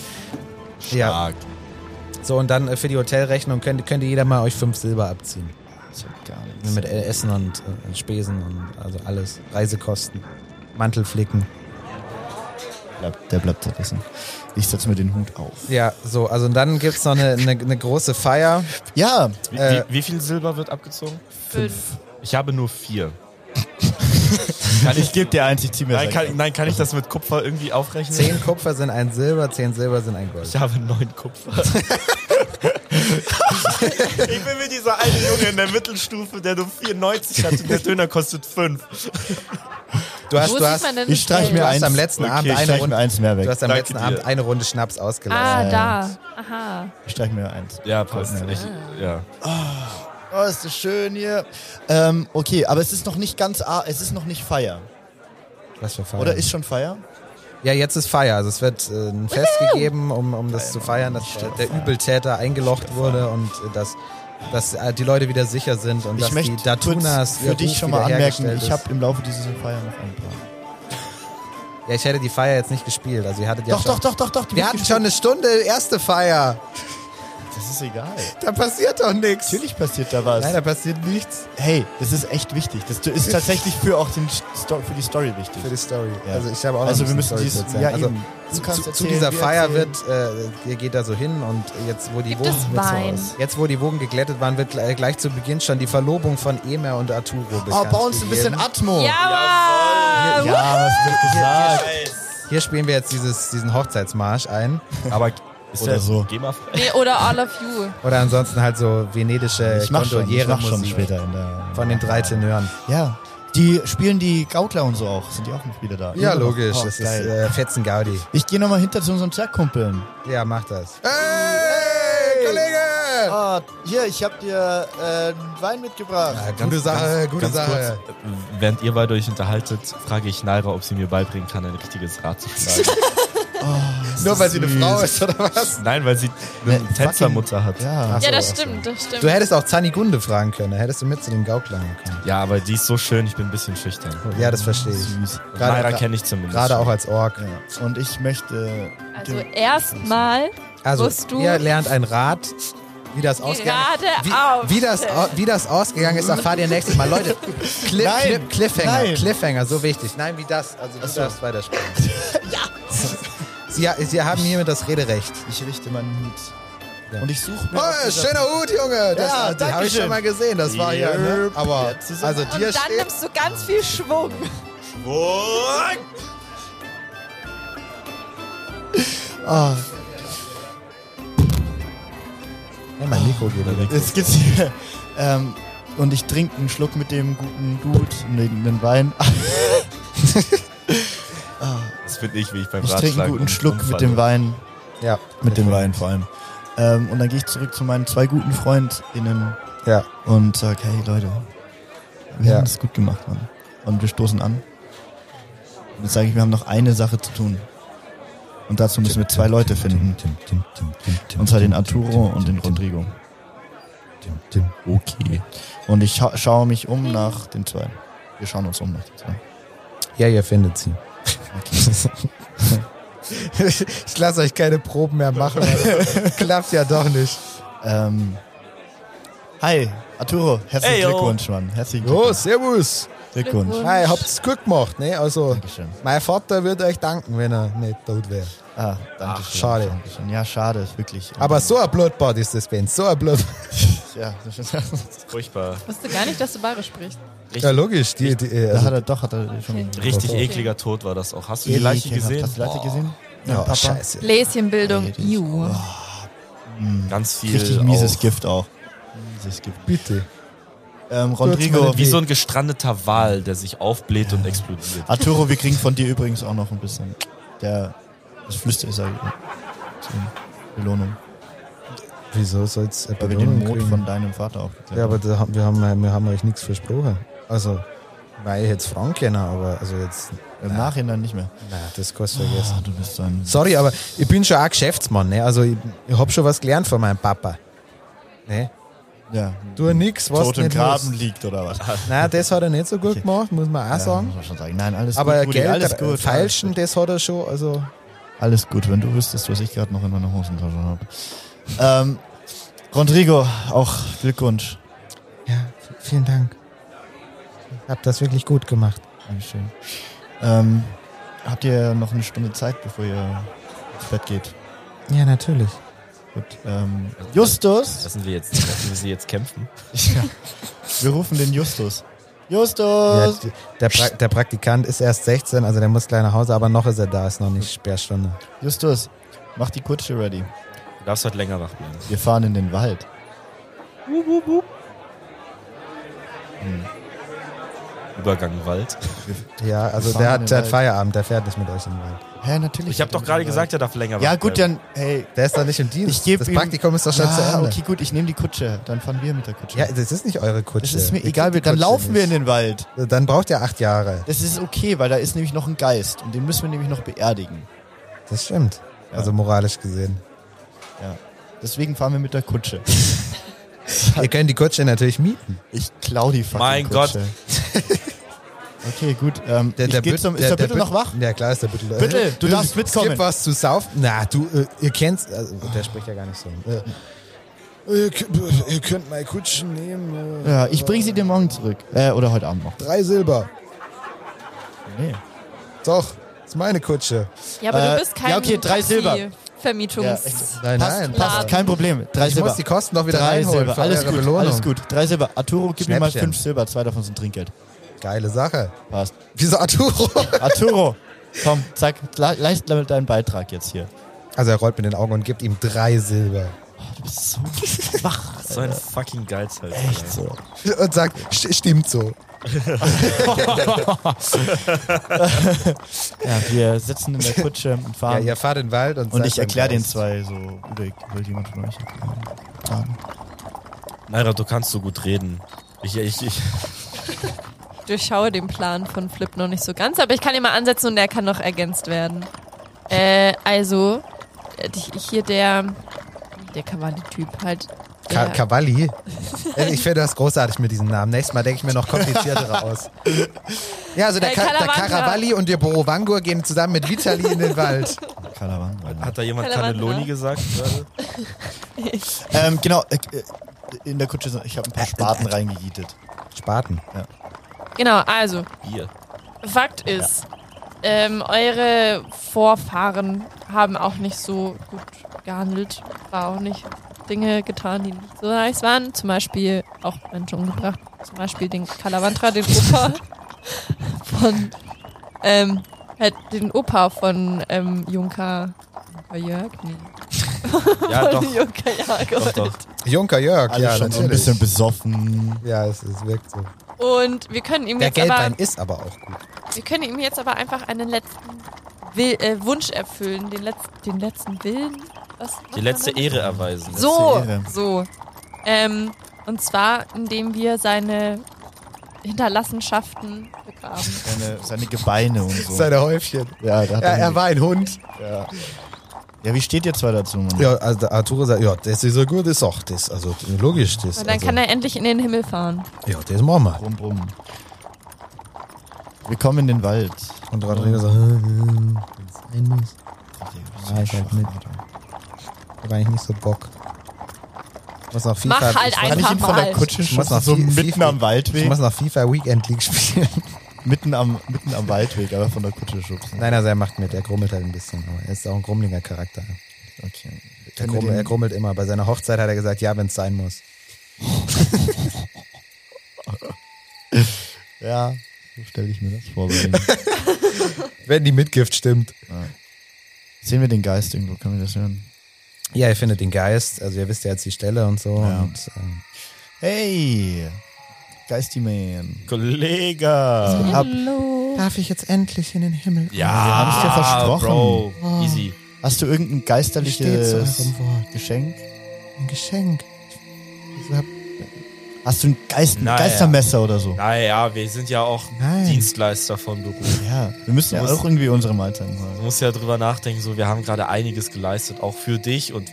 D: Ja,
G: Stark.
D: so und dann äh, für die Hotelrechnung könnt, könnt ihr jeder mal euch fünf Silber abziehen.
E: Gar nichts.
D: Mit äh, Essen und äh, Spesen und also alles. Reisekosten, Mantelflicken.
E: Bleib- Der bleibt zerrissen. Ich setze mir den Hut auf.
D: Ja, so, also und dann gibt's noch eine, eine, eine große Feier.
E: Ja,
G: Wie,
D: Äh,
G: wie, wie viel Silber wird abgezogen?
C: fünf.
G: Ich habe nur
E: <laughs>
G: vier.
E: ich gebe dir eins, ich zieh mir
G: Nein
E: sechs.
G: kann, nein, kann ich das mit Kupfer irgendwie aufrechnen?
D: Zehn Kupfer sind ein Silber, zehn Silber sind ein Gold.
G: Ich habe neun
E: <laughs>
G: Kupfer. ich bin wie dieser eine Junge in der Mittelstufe, der nur 94 hat und der Döner kostet 5.
D: Du hast,
C: Wo
D: du
C: sieht
D: hast,
C: man denn
E: Ich streich
C: das
D: du
E: mir
C: Geld?
D: hast
E: eins.
D: am letzten
E: Okay,
D: Abend
E: ich
D: eine
E: streich mir
D: Runde,
E: eins mehr
D: du
E: weg.
D: hast am
G: Danke
D: letzten
G: dir.
D: Abend eine Runde Schnaps ausgelassen.
C: Ah,
E: Äh,
C: da. Aha.
E: Ich streich mir eins.
G: Ja, passt. Ich, ja.
E: Oh, ist das schön hier. Ähm, okay, aber es ist noch nicht ganz, a- es ist noch nicht Feier.
C: Ah.
D: Was für Feier.
E: Oder ist schon Feier?
D: ja, jetzt ist Feier. Also es wird äh, ein Fest gegeben, um, um das zu feiern, dass äh, der Übeltäter eingelocht wurde und äh, dass, dass äh, die Leute wieder sicher sind und
E: Ich
D: dass
E: möchte
D: die Datunas
E: kurz
D: ihr
E: für dich
D: Ruf
E: schon mal anmerken,
D: wiederhergestellt
E: ich
D: ist.
E: habe im Laufe dieses Feier noch ein paar.
D: Ja, ich hätte die Feier jetzt nicht gespielt. Also ihr hattet ja
E: doch,
D: schon,
E: doch, doch, doch, doch. die
D: Wir
E: wird
D: hatten
E: gespielt.
D: schon eine Stunde erste Feier.
E: Das ist egal.
D: Da passiert doch nichts.
E: Natürlich passiert da was.
D: Nein, da passiert nichts
E: hey, das ist echt wichtig. Das ist tatsächlich für auch den Sto für die Story wichtig.
D: für die Story.
E: Ja.
D: Also ich habe auch noch
E: Also
D: ein
E: wir
D: bisschen
E: müssen dies-
D: Story zu erzählen.
E: ja,
D: also
E: eben. Du
D: zu,
E: kannst
D: zu, zu
E: erzählen,
D: dieser
E: wir
D: Feier
E: erzählen.
D: wird, äh, ihr geht da so hin und jetzt, wo die
C: Gibt es
D: Wogen,
C: Wein?
D: jetzt, wo die Wogen geglättet waren, wird gleich, gleich zu Beginn schon die Verlobung von Emer und Arturo
E: Oh,
D: bekannt
E: bei uns ein bisschen
D: gegeben.
E: Atmo.
C: Ja, Mann.
E: Ja, was wird gesagt?
D: Hier spielen wir jetzt dieses, diesen Hochzeitsmarsch ein. <laughs>
E: Aber ist ja so.
B: Geh mal frei.
C: Nee, oder All of You.
D: Oder ansonsten halt so venedische
E: Ich mach schon, ich mach schon
D: Gondoliere-Musik
E: später in der.
D: von den drei Tenören.
E: Ja. Die spielen die Gaukler und so auch. Sind die auch mit wieder da?
D: Ja, logisch.
E: Oh,
D: das ist
E: geil.
D: äh, Fetzen Gaudi.
E: ich gehe nochmal hinter zu unseren Zergkumpeln.
D: Ja, mach das. Hey, Kollege!
E: Ah, hier, ich hab dir äh, Wein mitgebracht.
D: Ja, gute Sache, gute Sache.
B: äh, während ihr beide euch unterhaltet, frage ich Naira, ob sie mir beibringen kann, ein richtiges Rad zu
E: <laughs>
B: schlagen.
D: Nur weil sie eine Frau ist, oder was?
B: Nein, weil sie eine
E: Ne,
B: Tänzermutter hat. Ja.
E: Ja.
C: Ja, das
D: ach so.
C: stimmt, das stimmt.
D: Ah. Du hättest auch Zanigunde fragen können. da Hättest du mit zu den Gauklern gekommen.
B: aber die ist so schön, ich bin ein bisschen schüchtern.
D: Ja, das verstehe ich.
E: Süß.
B: Naira
D: Gerade,
B: kenne ich zumindest.
D: gerade
B: schon.
D: auch als Ork.
E: Ja. Und ich möchte.
C: also erstmal
D: Also,
C: Musst du-
D: ihr lernt ein Rad, wie das ausgegangen
C: gerade auf.
D: Wie, wie, das, au- wie das ausgegangen ist, erfahrt ihr nächstes Mal. Leute, Cli
E: Nein,
D: Clip, Cliffhanger,
E: nein.
D: Cliffhanger, so wichtig. Nein, wie das, also du darfst weiterspielen. ja. Sie, sie haben hiermit das Rederecht.
E: Ich richte meinen Hut.
D: Ja.
E: Und ich suche mir.
D: Oh,
E: auf dieser-
D: schöner Hut, Junge. Das,
E: Ja,
D: den habe ich
E: Dankeschön.
D: schon mal gesehen. Das war ja, ne? Aber,
E: Jetzt ist er-
D: also
C: Und
D: dir
C: dann
D: steht...
C: nimmst du ganz viel Schwung.
E: Ah,
D: Ja, mein Mikro geht wieder.
E: jetzt geht's hier. Ähm, und ich trinke einen Schluck mit dem guten Dude, den, den Wein. <laughs>
B: Das finde ich, wie ich beim
E: Ich
B: Rad
E: trinke einen guten Schluck mit dem Wein.
D: Ja,
E: Mit dem Wein vor allem. Ähm, und dann gehe ich zurück zu meinen zwei guten FreundInnen
D: Ja.
E: und sage, hey Leute, wir
D: Ja.
E: haben es gut gemacht, Mann. Und wir stoßen an. Und jetzt sage ich, wir haben noch eine Sache zu tun. Und dazu müssen wir zwei Leute finden. Und zwar den Arturo und den Rodrigo.
F: Okay.
E: Und ich scha schaue mich um <laughs> nach den zwei. Wir schauen uns um nach den zwei.
D: Ja, ihr findet sie. <laughs> ich lasse euch keine Proben mehr
E: <laughs>
D: machen. weil das Klappt ja doch nicht.
E: Ähm, hi, Arturo. Herzlichen
B: Hey, yo.
E: Glückwunsch, Mann. Herzlichen
D: Jo,
E: Glückwunsch.
D: servus.
E: Glückwunsch.
C: Glückwunsch.
D: Hi, habt's gut gemacht, ne? Also,
E: Dankeschön.
D: mein Vater würde euch danken, wenn er nicht tot wäre.
E: Ah, danke schön.
D: schade.
E: Dankeschön. Ja, schade, ist wirklich.
D: Aber so ein Bloodbad ist das, Ben. So ein Blood.
E: Ja,
B: Furchtbar.
C: Ich wusste gar nicht, dass du Bayerisch sprichst.
D: Ja, logisch. Die, die, äh,
E: da
D: also,
E: hat er doch, hat er schon.
B: Richtig
C: Okay.
B: ekliger Tod war das auch. Hast du die Leiche gesehen?
E: Hast du die Leiche gesehen?
D: oh, scheiße.
C: Bläschenbildung.
E: Richtig.
C: Ju.
E: oh.
B: Ganz viel. Oh.
E: Richtig mieses
B: auch.
E: Gift auch. Mieses Gift.
D: Bitte.
E: Ähm, Rodrigo,
D: meine
B: Wie so ein gestrandeter Wal, der sich aufbläht und explodiert.
E: Arturo, wir kriegen von dir übrigens auch noch ein bisschen. Der, das Flüster ist ja so eine Belohnung.
D: Wieso soll's
E: Weil wir den Mond von deinem Vater aufgeklärt
D: Ja, aber da, haben- wir, haben, wir haben euch nichts versprochen. Also, weil ich jetzt fragen können, aber also jetzt,
E: Im Nachhinein nicht mehr.
D: na, das kannst du vergessen.
E: Ah, du bist so ein.
D: Sorry, aber ich bin schon auch Geschäftsmann, ne? Also ich, ich hab schon was gelernt von meinem Papa. Ne?
E: Ja.
D: Du nix, was
E: Tot im
D: nicht
E: Graben
D: muss.
E: liegt oder was?
D: Nein, das hat er nicht so gut gemacht, muss man auch
E: Ja,
D: sagen.
E: muss man schon sagen. Nein, alles
D: Aber
E: gut. Rudi,
D: Geld
E: alles gut.
D: feilschen, das hat er schon, also
E: Alles gut, wenn du wüsstest, was ich gerade noch in meiner Hosentasche habe. Ähm, Rodrigo, auch Glückwunsch.
D: ja, vielen Dank. Ich hab das wirklich gut gemacht.
E: Dankeschön. Ähm, habt ihr noch eine Stunde Zeit, bevor ihr ins Bett geht?
D: Ja, natürlich.
E: Gut. Ähm, Justus!
B: Lassen wir jetzt, lassen wir sie jetzt kämpfen.
E: Ja. Wir rufen den Justus.
D: Ja,
E: Justus!
D: d- der, pra der Praktikant ist erst 16, also der muss gleich nach Hause, aber noch ist er da, ist noch nicht Sperrstunde.
E: Justus, mach die Kutsche ready.
B: Du darfst heute länger wach bleiben.
E: Wir fahren in den Wald.
B: Übergang Wald.
D: Ja, also
E: fahren
D: der
E: in
D: hat,
E: den
D: der hat
E: Wald.
D: Feierabend, der fährt nicht mit euch in den Wald.
E: Hä, natürlich.
B: Ich habe doch gerade gesagt, er darf länger
E: Ja,
B: wach
E: gut,
B: bleiben.
E: dann, hey.
D: Der ist doch nicht im Dienst.
E: Ich geb
D: das
E: ihm-
D: Praktikum ist doch schon zu
E: Ah,
D: Ende.
E: okay, gut, ich nehme die Kutsche. Dann fahren wir mit der Kutsche.
D: Ja, das ist nicht eure Kutsche.
E: das ist mir
D: Ihr
E: egal,
D: kriegt die
E: dann
D: Kutsche
E: laufen wir in
D: nicht.
E: den Wald.
D: Dann braucht ihr acht Jahre.
E: Das ist okay, weil da ist nämlich noch ein Geist und den müssen wir nämlich noch beerdigen.
D: Das stimmt.
E: Ja.
D: Also moralisch gesehen.
E: Deswegen fahren wir mit der Kutsche.
D: Ihr könnt die Kutsche natürlich mieten.
E: Ich klau die fucking
B: Mein
E: Kutsche. okay, gut. Ähm, ich geh
D: Bütt-
E: zum, ist der, Büttel
D: Bütt-
E: noch wach?
D: Ja, klar ist der Büttel.
E: Büttel, du darfst
D: Es
E: mitkommen.
D: gibt was zu saufen. Na, du, äh, ihr kennt's. Also, der spricht ja gar nicht so. Äh,
H: Ihr, k- b- ihr könnt mal Kutschen nehmen. äh,
E: Ja, ich bring sie dir morgen zurück. Äh, oder heute Abend noch.
H: Drei Silber.
E: Nee.
H: Doch, ist meine Kutsche.
C: Ja, aber
E: Äh,
C: du bist kein
E: ja, okay, drei Silber.
C: Vermietungs.
E: Ja, echt.
D: Nein,
E: passt,
D: nein.
E: passt.
C: Laden.
E: Kein Problem. Drei
D: Ich
E: Silber.
D: muss die Kosten doch wieder
E: Drei
D: reinholen.
E: Silber.
D: für
E: Alles
D: eure
E: gut.
D: Belohnung.
E: Alles gut. Drei Silber. Arturo, gib mir mal
D: Schnäppchen.
E: fünf Silber. Zwei davon sind Trinkgeld.
D: Geile Sache.
E: Passt.
H: Dieser Arturo.
E: Arturo, komm, zack, le- leist damit deinen Beitrag jetzt hier.
D: <laughs> Also er rollt mit den Augen und gibt ihm drei Silber.
E: Du bist <laughs> so schwach.
B: So ein fucking Geizhals.
E: Echt so.
D: <laughs> Und sagt, "St- stimmt so.
E: Ja, wir sitzen in der Kutsche und
D: Ja,
E: fahren.
D: ihr fahrt in den Wald und
E: und
D: sagt
E: ich erkläre
D: dann,
E: den zwei so, oder will jemand von euch erklären? Fragen?
B: Naira, du kannst so gut reden. Ich, ich, ich.
C: Ich durchschaue den Plan von Flip noch nicht so ganz, aber ich kann ihn mal ansetzen und der kann noch ergänzt werden. Äh, also, äh, die- hier der, der Kavalli-Typ halt.
D: Ka
C: Der, <laughs>
D: Cavalli. Äh, Ich finde das großartig mit diesem Namen. Nächstes Mal denke ich mir noch <laughs> kompliziertere aus. Ja, also der,
C: Äh,
D: Ka der
C: Kalavanta.
D: Karavalli und der Borovangur gehen zusammen mit Vitali in den Wald.
E: Kalawan.
B: Hat da jemand
C: Keine Wand,
B: Cannelloni
C: ne?
B: gesagt gerade?
E: Ähm, genau, äh, äh, in der Kutsche, sind- ich habe ein
D: Äh,
E: paar Spaten reingegietet.
D: <laughs> Spaten.
C: genau, also,
B: Bier.
C: Fakt ist, ähm, eure Vorfahren haben auch nicht so gut gehandelt, war auch nicht Dinge getan, die nicht so nice waren. Zum Beispiel auch Menschen umgebracht. Zum Beispiel den Kalavantra, den Opa <laughs> von ähm, halt den Opa von ähm, Junker, Junker Jörg, nee.
B: Ja,
C: von
B: doch.
C: <laughs> Junker Jörg.
B: doch, doch.
D: Junker Jörg,
E: Alle
D: ja,
E: schon so ein
D: natürlich.
E: bisschen besoffen.
D: ja, es, es wirkt so.
C: Und wir können ihm
D: Der
C: jetzt aber
D: Geldwein ist aber auch gut.
C: Wir können ihm jetzt aber einfach einen letzten Will, äh, Wunsch erfüllen, den, Letz den letzten Willen. Was macht
B: Die
C: man
B: letzte
C: damit?
B: Ehre erweisen.
C: So,
E: Ehre.
C: so. Ähm, und zwar, indem wir seine Hinterlassenschaften begraben.
E: Seine, seine Gebeine und so.
D: Seine Häufchen.
E: ja, da hat
D: Ja,
E: er,
D: er war ein Hund.
E: ja, wie steht ihr zwei dazu, Mann?
D: Ja, also der Arturo sagt, ja, das ist so gut, das ist auch das. Also logisch, das.
C: Und dann
D: also,
C: kann er endlich in den Himmel fahren.
D: ja, das machen wir.
E: Brumm, brumm. Wir kommen in den Wald.
D: Und Rodrigo "Hm, sagt, wenn es sein muss. Ja, ich halt mit. Ich hab eigentlich nicht so Bock. Ich muss noch FIFA,
C: Mach halt
D: ich,
E: Kann ich ihn
C: Einfach
E: von der
C: mal.
E: Kutsche
D: Ich muss
E: schubsen,
D: nach
E: so
D: viel-
E: mitten
D: viel-
E: am
D: ich
E: Waldweg?
D: muss noch FIFA Weekend League <laughs> spielen.
E: Mitten am, mitten am Waldweg, aber von der Kutsche schubsen.
D: Nein, also er macht mit, er grummelt halt ein bisschen. Aber er ist auch ein grummeliger Charakter.
E: Okay.
D: Er,
E: Können
D: grummel,
E: wir
D: er
E: den-
D: grummelt immer. Bei seiner Hochzeit hat er gesagt, ja, wenn es sein muss.
E: Ja, so stelle ich mir das vor. Bei ihm.
D: Wenn die Mitgift stimmt.
E: Sehen wir den Geist irgendwo? Können wir das hören?
D: Ja, ihr findet den Geist, also ihr wisst ja jetzt die Stelle und so.
E: Ja.
D: Und, ähm,
E: Hey! Geisty Man.
B: Kollege.
E: Hab,
D: Darf ich jetzt endlich in den Himmel?
B: Ja,
E: Wir haben's dir versprochen.
B: Bro. Easy.
E: hast du irgendein
D: Ich stehe zu eurem
E: geisterliches
D: Wort.
E: Geschenk?
D: Ein Geschenk. Ich hab,
E: Hast du ein Geist,
B: Na ja.
E: Geistermesser oder so?
B: Naja, wir sind ja auch
D: Nein.
B: Dienstleister von Beruf.
E: Ja, wir müssen ja
B: Du musst-
E: auch irgendwie unserem Alter sein.
B: Du musst ja drüber nachdenken, so, wir haben gerade einiges geleistet, auch für dich und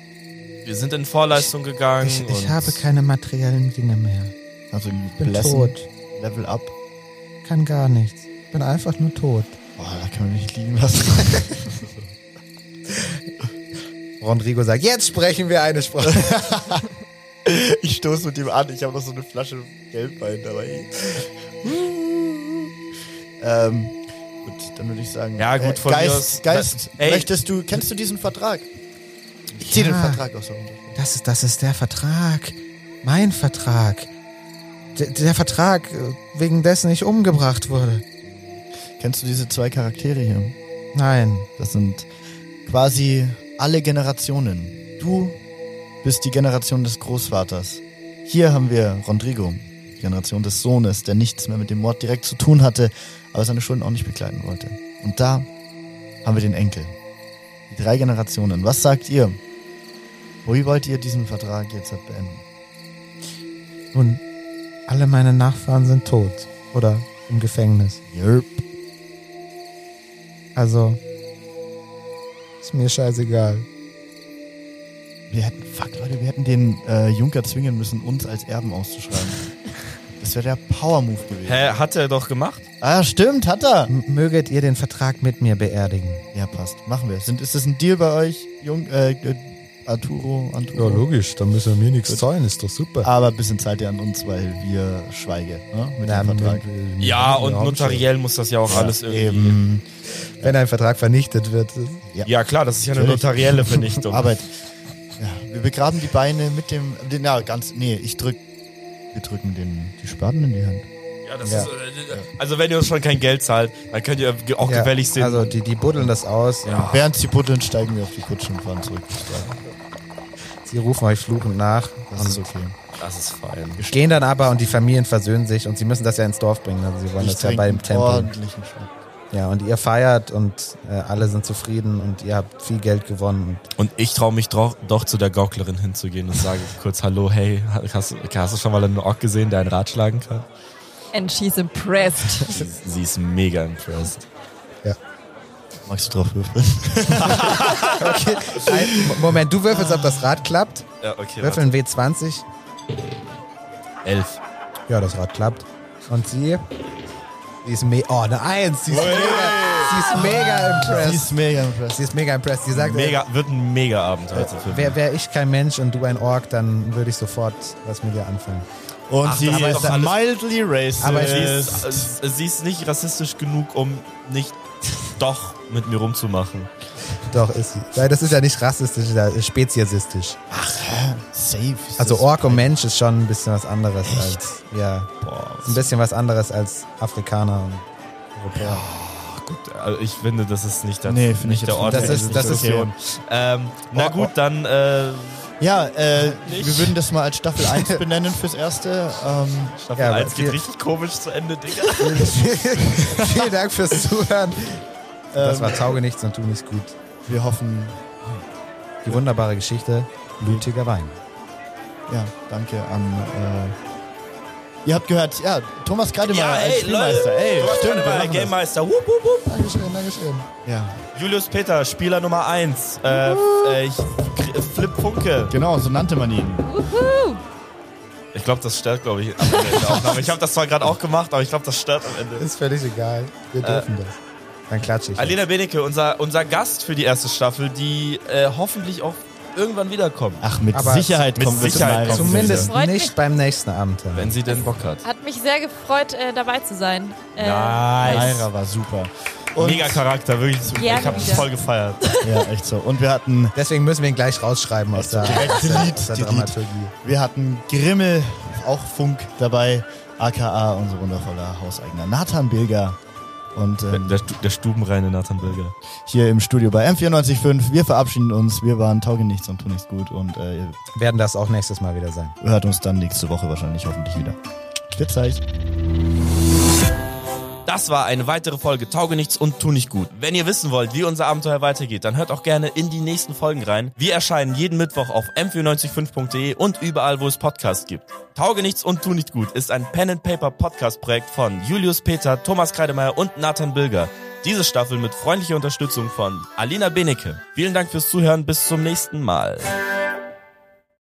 B: wir sind in Vorleistung gegangen.
D: ich,
B: und
D: ich habe keine materiellen Dinge mehr.
E: Also irgendwie
D: Bin
E: Blessing,
D: tot.
E: Level Up.
D: Kann gar nichts. Bin einfach nur tot.
E: Boah, da können wir nicht liegen lassen.
D: Rodrigo sagt, jetzt sprechen wir eine Sprache.
E: ich stoße mit ihm an. Ich habe noch so eine Flasche Gelbwein dabei. ähm, gut, dann würde ich sagen. äh,
B: Ja, gut, von mir aus-
E: Geist, Geist,
B: Ey.
E: möchtest du, kennst du diesen Vertrag? Ich zieh den
D: Ja.
E: Vertrag aus der Runde.
D: <laughs> Das ist, das ist der Vertrag. Mein Vertrag. Der, der Vertrag, äh, wegen dessen ich umgebracht wurde.
E: Kennst du diese zwei Charaktere hier?
D: Nein.
E: Das sind quasi alle Generationen. Du bist die Generation des Großvaters. Hier haben wir Rodrigo, die Generation des Sohnes, der nichts mehr mit dem Mord direkt zu tun hatte, aber seine Schulden auch nicht begleiten wollte. Und da haben wir den Enkel. Die drei Generationen. Was sagt ihr? Wie wollt ihr diesen Vertrag jetzt beenden?
D: Nun, alle meine Nachfahren sind tot. Oder im Gefängnis.
E: Yep.
D: Also, ist mir scheißegal.
E: Wir hätten, fuck Leute, wir hätten den äh, Junker zwingen müssen, uns als Erben auszuschreiben.
B: <laughs>
E: Das wäre der Power-Move gewesen.
B: Hä, hat er doch gemacht?
E: Ah, stimmt, hat er.
D: M möget ihr den Vertrag mit mir beerdigen.
E: Ja, passt. Machen wir. Sind, ist das ein Deal bei euch, Jung, äh, äh, Arturo, Arturo.
H: Ja, logisch, dann müssen wir mir nichts zahlen, ist doch super.
E: Aber ein bisschen Zeit ja an uns, weil wir schweige ne? mit
D: Na,
E: dem Vertrag.
B: Ja, und notariell muss das ja auch alles irgendwie.
E: Eben
D: Wenn ein Vertrag vernichtet wird.
B: Ja, klar, das ist ja eine notarielle Vernichtung.
E: Arbeit. Ja, wir begraben die Beine mit dem. Den, na, ganz. Nee, ich drück. Wir drücken den, die Spaten in die Hand.
B: Ja, das
D: Ja.
B: Ist, äh, also wenn ihr uns schon kein Geld zahlt, dann könnt ihr auch
D: Ja,
B: gefällig sehen.
D: Also die, die buddeln das aus.
B: Ja.
E: Während sie buddeln, steigen wir auf die Kutsche und fahren zurück.
D: Sie rufen euch fluchend nach.
E: Das ist okay.
B: das ist fein.
D: Gehen dann aber und die Familien versöhnen sich und sie müssen das ja ins Dorf bringen. Also sie wollen
E: Ich
D: das ja
E: trinke
D: bei dem
E: einen
D: Tempel.
E: ordentlichen Schluck.
D: Ja, und ihr feiert und äh, alle sind zufrieden und ihr habt viel Geld gewonnen.
B: Und ich traue mich doch, doch zu der Gauklerin hinzugehen und sage kurz Hallo, hey, hast, hast du schon mal einen Ork gesehen, der einen Rad schlagen kann?
C: And she's impressed.
B: Sie, sie ist mega impressed.
E: Magst du drauf würfeln?
D: Okay. Ein, Mo- Moment, du würfelst, ob das Rad klappt.
B: Ja, okay.
D: Würfeln W20.
B: Elf.
D: Ja, das Rad klappt. Und sie? Sie ist mega. Oh, eine Eins. Sie ist, mega, sie ist mega
E: Sie
D: impressed.
E: ist mega impressed.
D: Sie ist mega impressed. Sie sagt,
B: Mega, wird ein mega Abend heute für mich.
D: wäre wär ich kein Mensch und du ein Ork, dann würde ich sofort was mit dir anfangen.
E: Und
B: Ach,
E: sie
B: aber
E: ist
B: ist doch alles-
E: mildly racist.
D: Aber
B: Sie ist, äh, sie ist nicht rassistisch genug, um nicht doch mit mir rumzumachen.
D: Doch, ist sie. Weil das ist ja nicht rassistisch, das ist speziesistisch.
E: safe. ist
D: Also
E: das-
D: Ork und Mensch ist schon ein bisschen was anderes als. Ja.
B: Boah,
D: Ist ein bisschen was anderes als Afrikaner und Europäer.
B: Also ich finde, das ist nicht, das,
E: Nee, finde ich
B: nicht der
E: jetzt-
B: Ort
D: das
B: der
D: ist- das ist
B: Diskussion. Ähm, na gut, dann äh,
E: Ja, äh, wir würden das mal als
B: <laughs>
E: Staffel 1 benennen fürs Erste. Ähm,
B: Staffel
D: Ja, aber
B: 1 geht
D: viel-
B: richtig komisch zu Ende, Digga.
D: <laughs> Vielen Dank fürs Zuhören. Ähm, Das war Tauge nichts und tu nichts gut.
E: wir hoffen,
D: Die wunderbare Geschichte, blutiger Wein.
E: ja, danke an. Äh, ihr habt gehört, ja, Thomas Kreidemeier als Spielmeister. ey,
B: Thomas
E: stimmt, wir
B: Kreidemeier,
E: machen
B: Game Meister. Wupp, wupp, wupp.
H: Dankeschön, Dankeschön.
E: das. Ja,
B: Julius Peter, Spieler Nummer 1. Äh, äh, ich- Kr- Flip Funke.
E: genau, so nannte man ihn.
B: Ich glaube, das stört, glaube ich, am Ende der Aufnahme. Ich habe das zwar gerade auch gemacht, aber ich glaube, das stört am Ende.
H: Ist völlig egal.
D: Äh,
H: Wir dürfen das.
D: Dann klatsche ich.
B: Alena Benecke, unser, unser Gast für die erste Staffel, die äh, hoffentlich auch irgendwann wiederkommt.
E: Ach, mit
D: Aber
E: Sicherheit
B: mit
E: kommt es
B: Sicherheit
E: mal.
B: kommt es
D: Zumindest
C: Freut mich.
D: nicht beim nächsten Abend.
B: Wenn sie denn Bock hat.
C: Hat mich sehr gefreut, äh, dabei zu sein. Äh,
B: Nice.
E: Naira war super. Und,
B: Mega Charakter, wirklich.
C: Gerne
B: ich habe
C: wieder.
B: voll gefeiert.
E: Ja, echt so. Und wir hatten,
D: Deswegen müssen wir ihn gleich rausschreiben aus der,
E: Direkt
D: aus der,
E: delete,
D: aus der
E: delete.
D: Dramaturgie.
E: wir hatten Grimmel, auch Funk dabei, aka unser wundervoller Hauseigener Nathan Bilger. Und ähm,
B: Der, Stu- der stubenreine Nathan Bilger.
E: hier im Studio bei M945. Wir verabschieden uns. Wir waren taugen nichts und tun nichts gut. Und äh, ihr
D: Werden das auch nächstes Mal wieder sein.
E: hört uns dann nächste Woche wahrscheinlich hoffentlich wieder. Bis gleich.
B: Das war eine weitere Folge Tauge nichts und tu nicht gut. Wenn ihr wissen wollt, wie unser Abenteuer weitergeht, dann hört auch gerne in die nächsten Folgen rein. Wir erscheinen jeden Mittwoch auf m495.de und überall, wo es Podcasts gibt. Tauge nichts und tu nicht gut ist ein Pen and Paper Podcast Projekt von Julius Peter, Thomas Kreidemeier und Nathan Bilger. Diese Staffel mit freundlicher Unterstützung von Alina Benecke. Vielen Dank fürs Zuhören, bis zum nächsten Mal.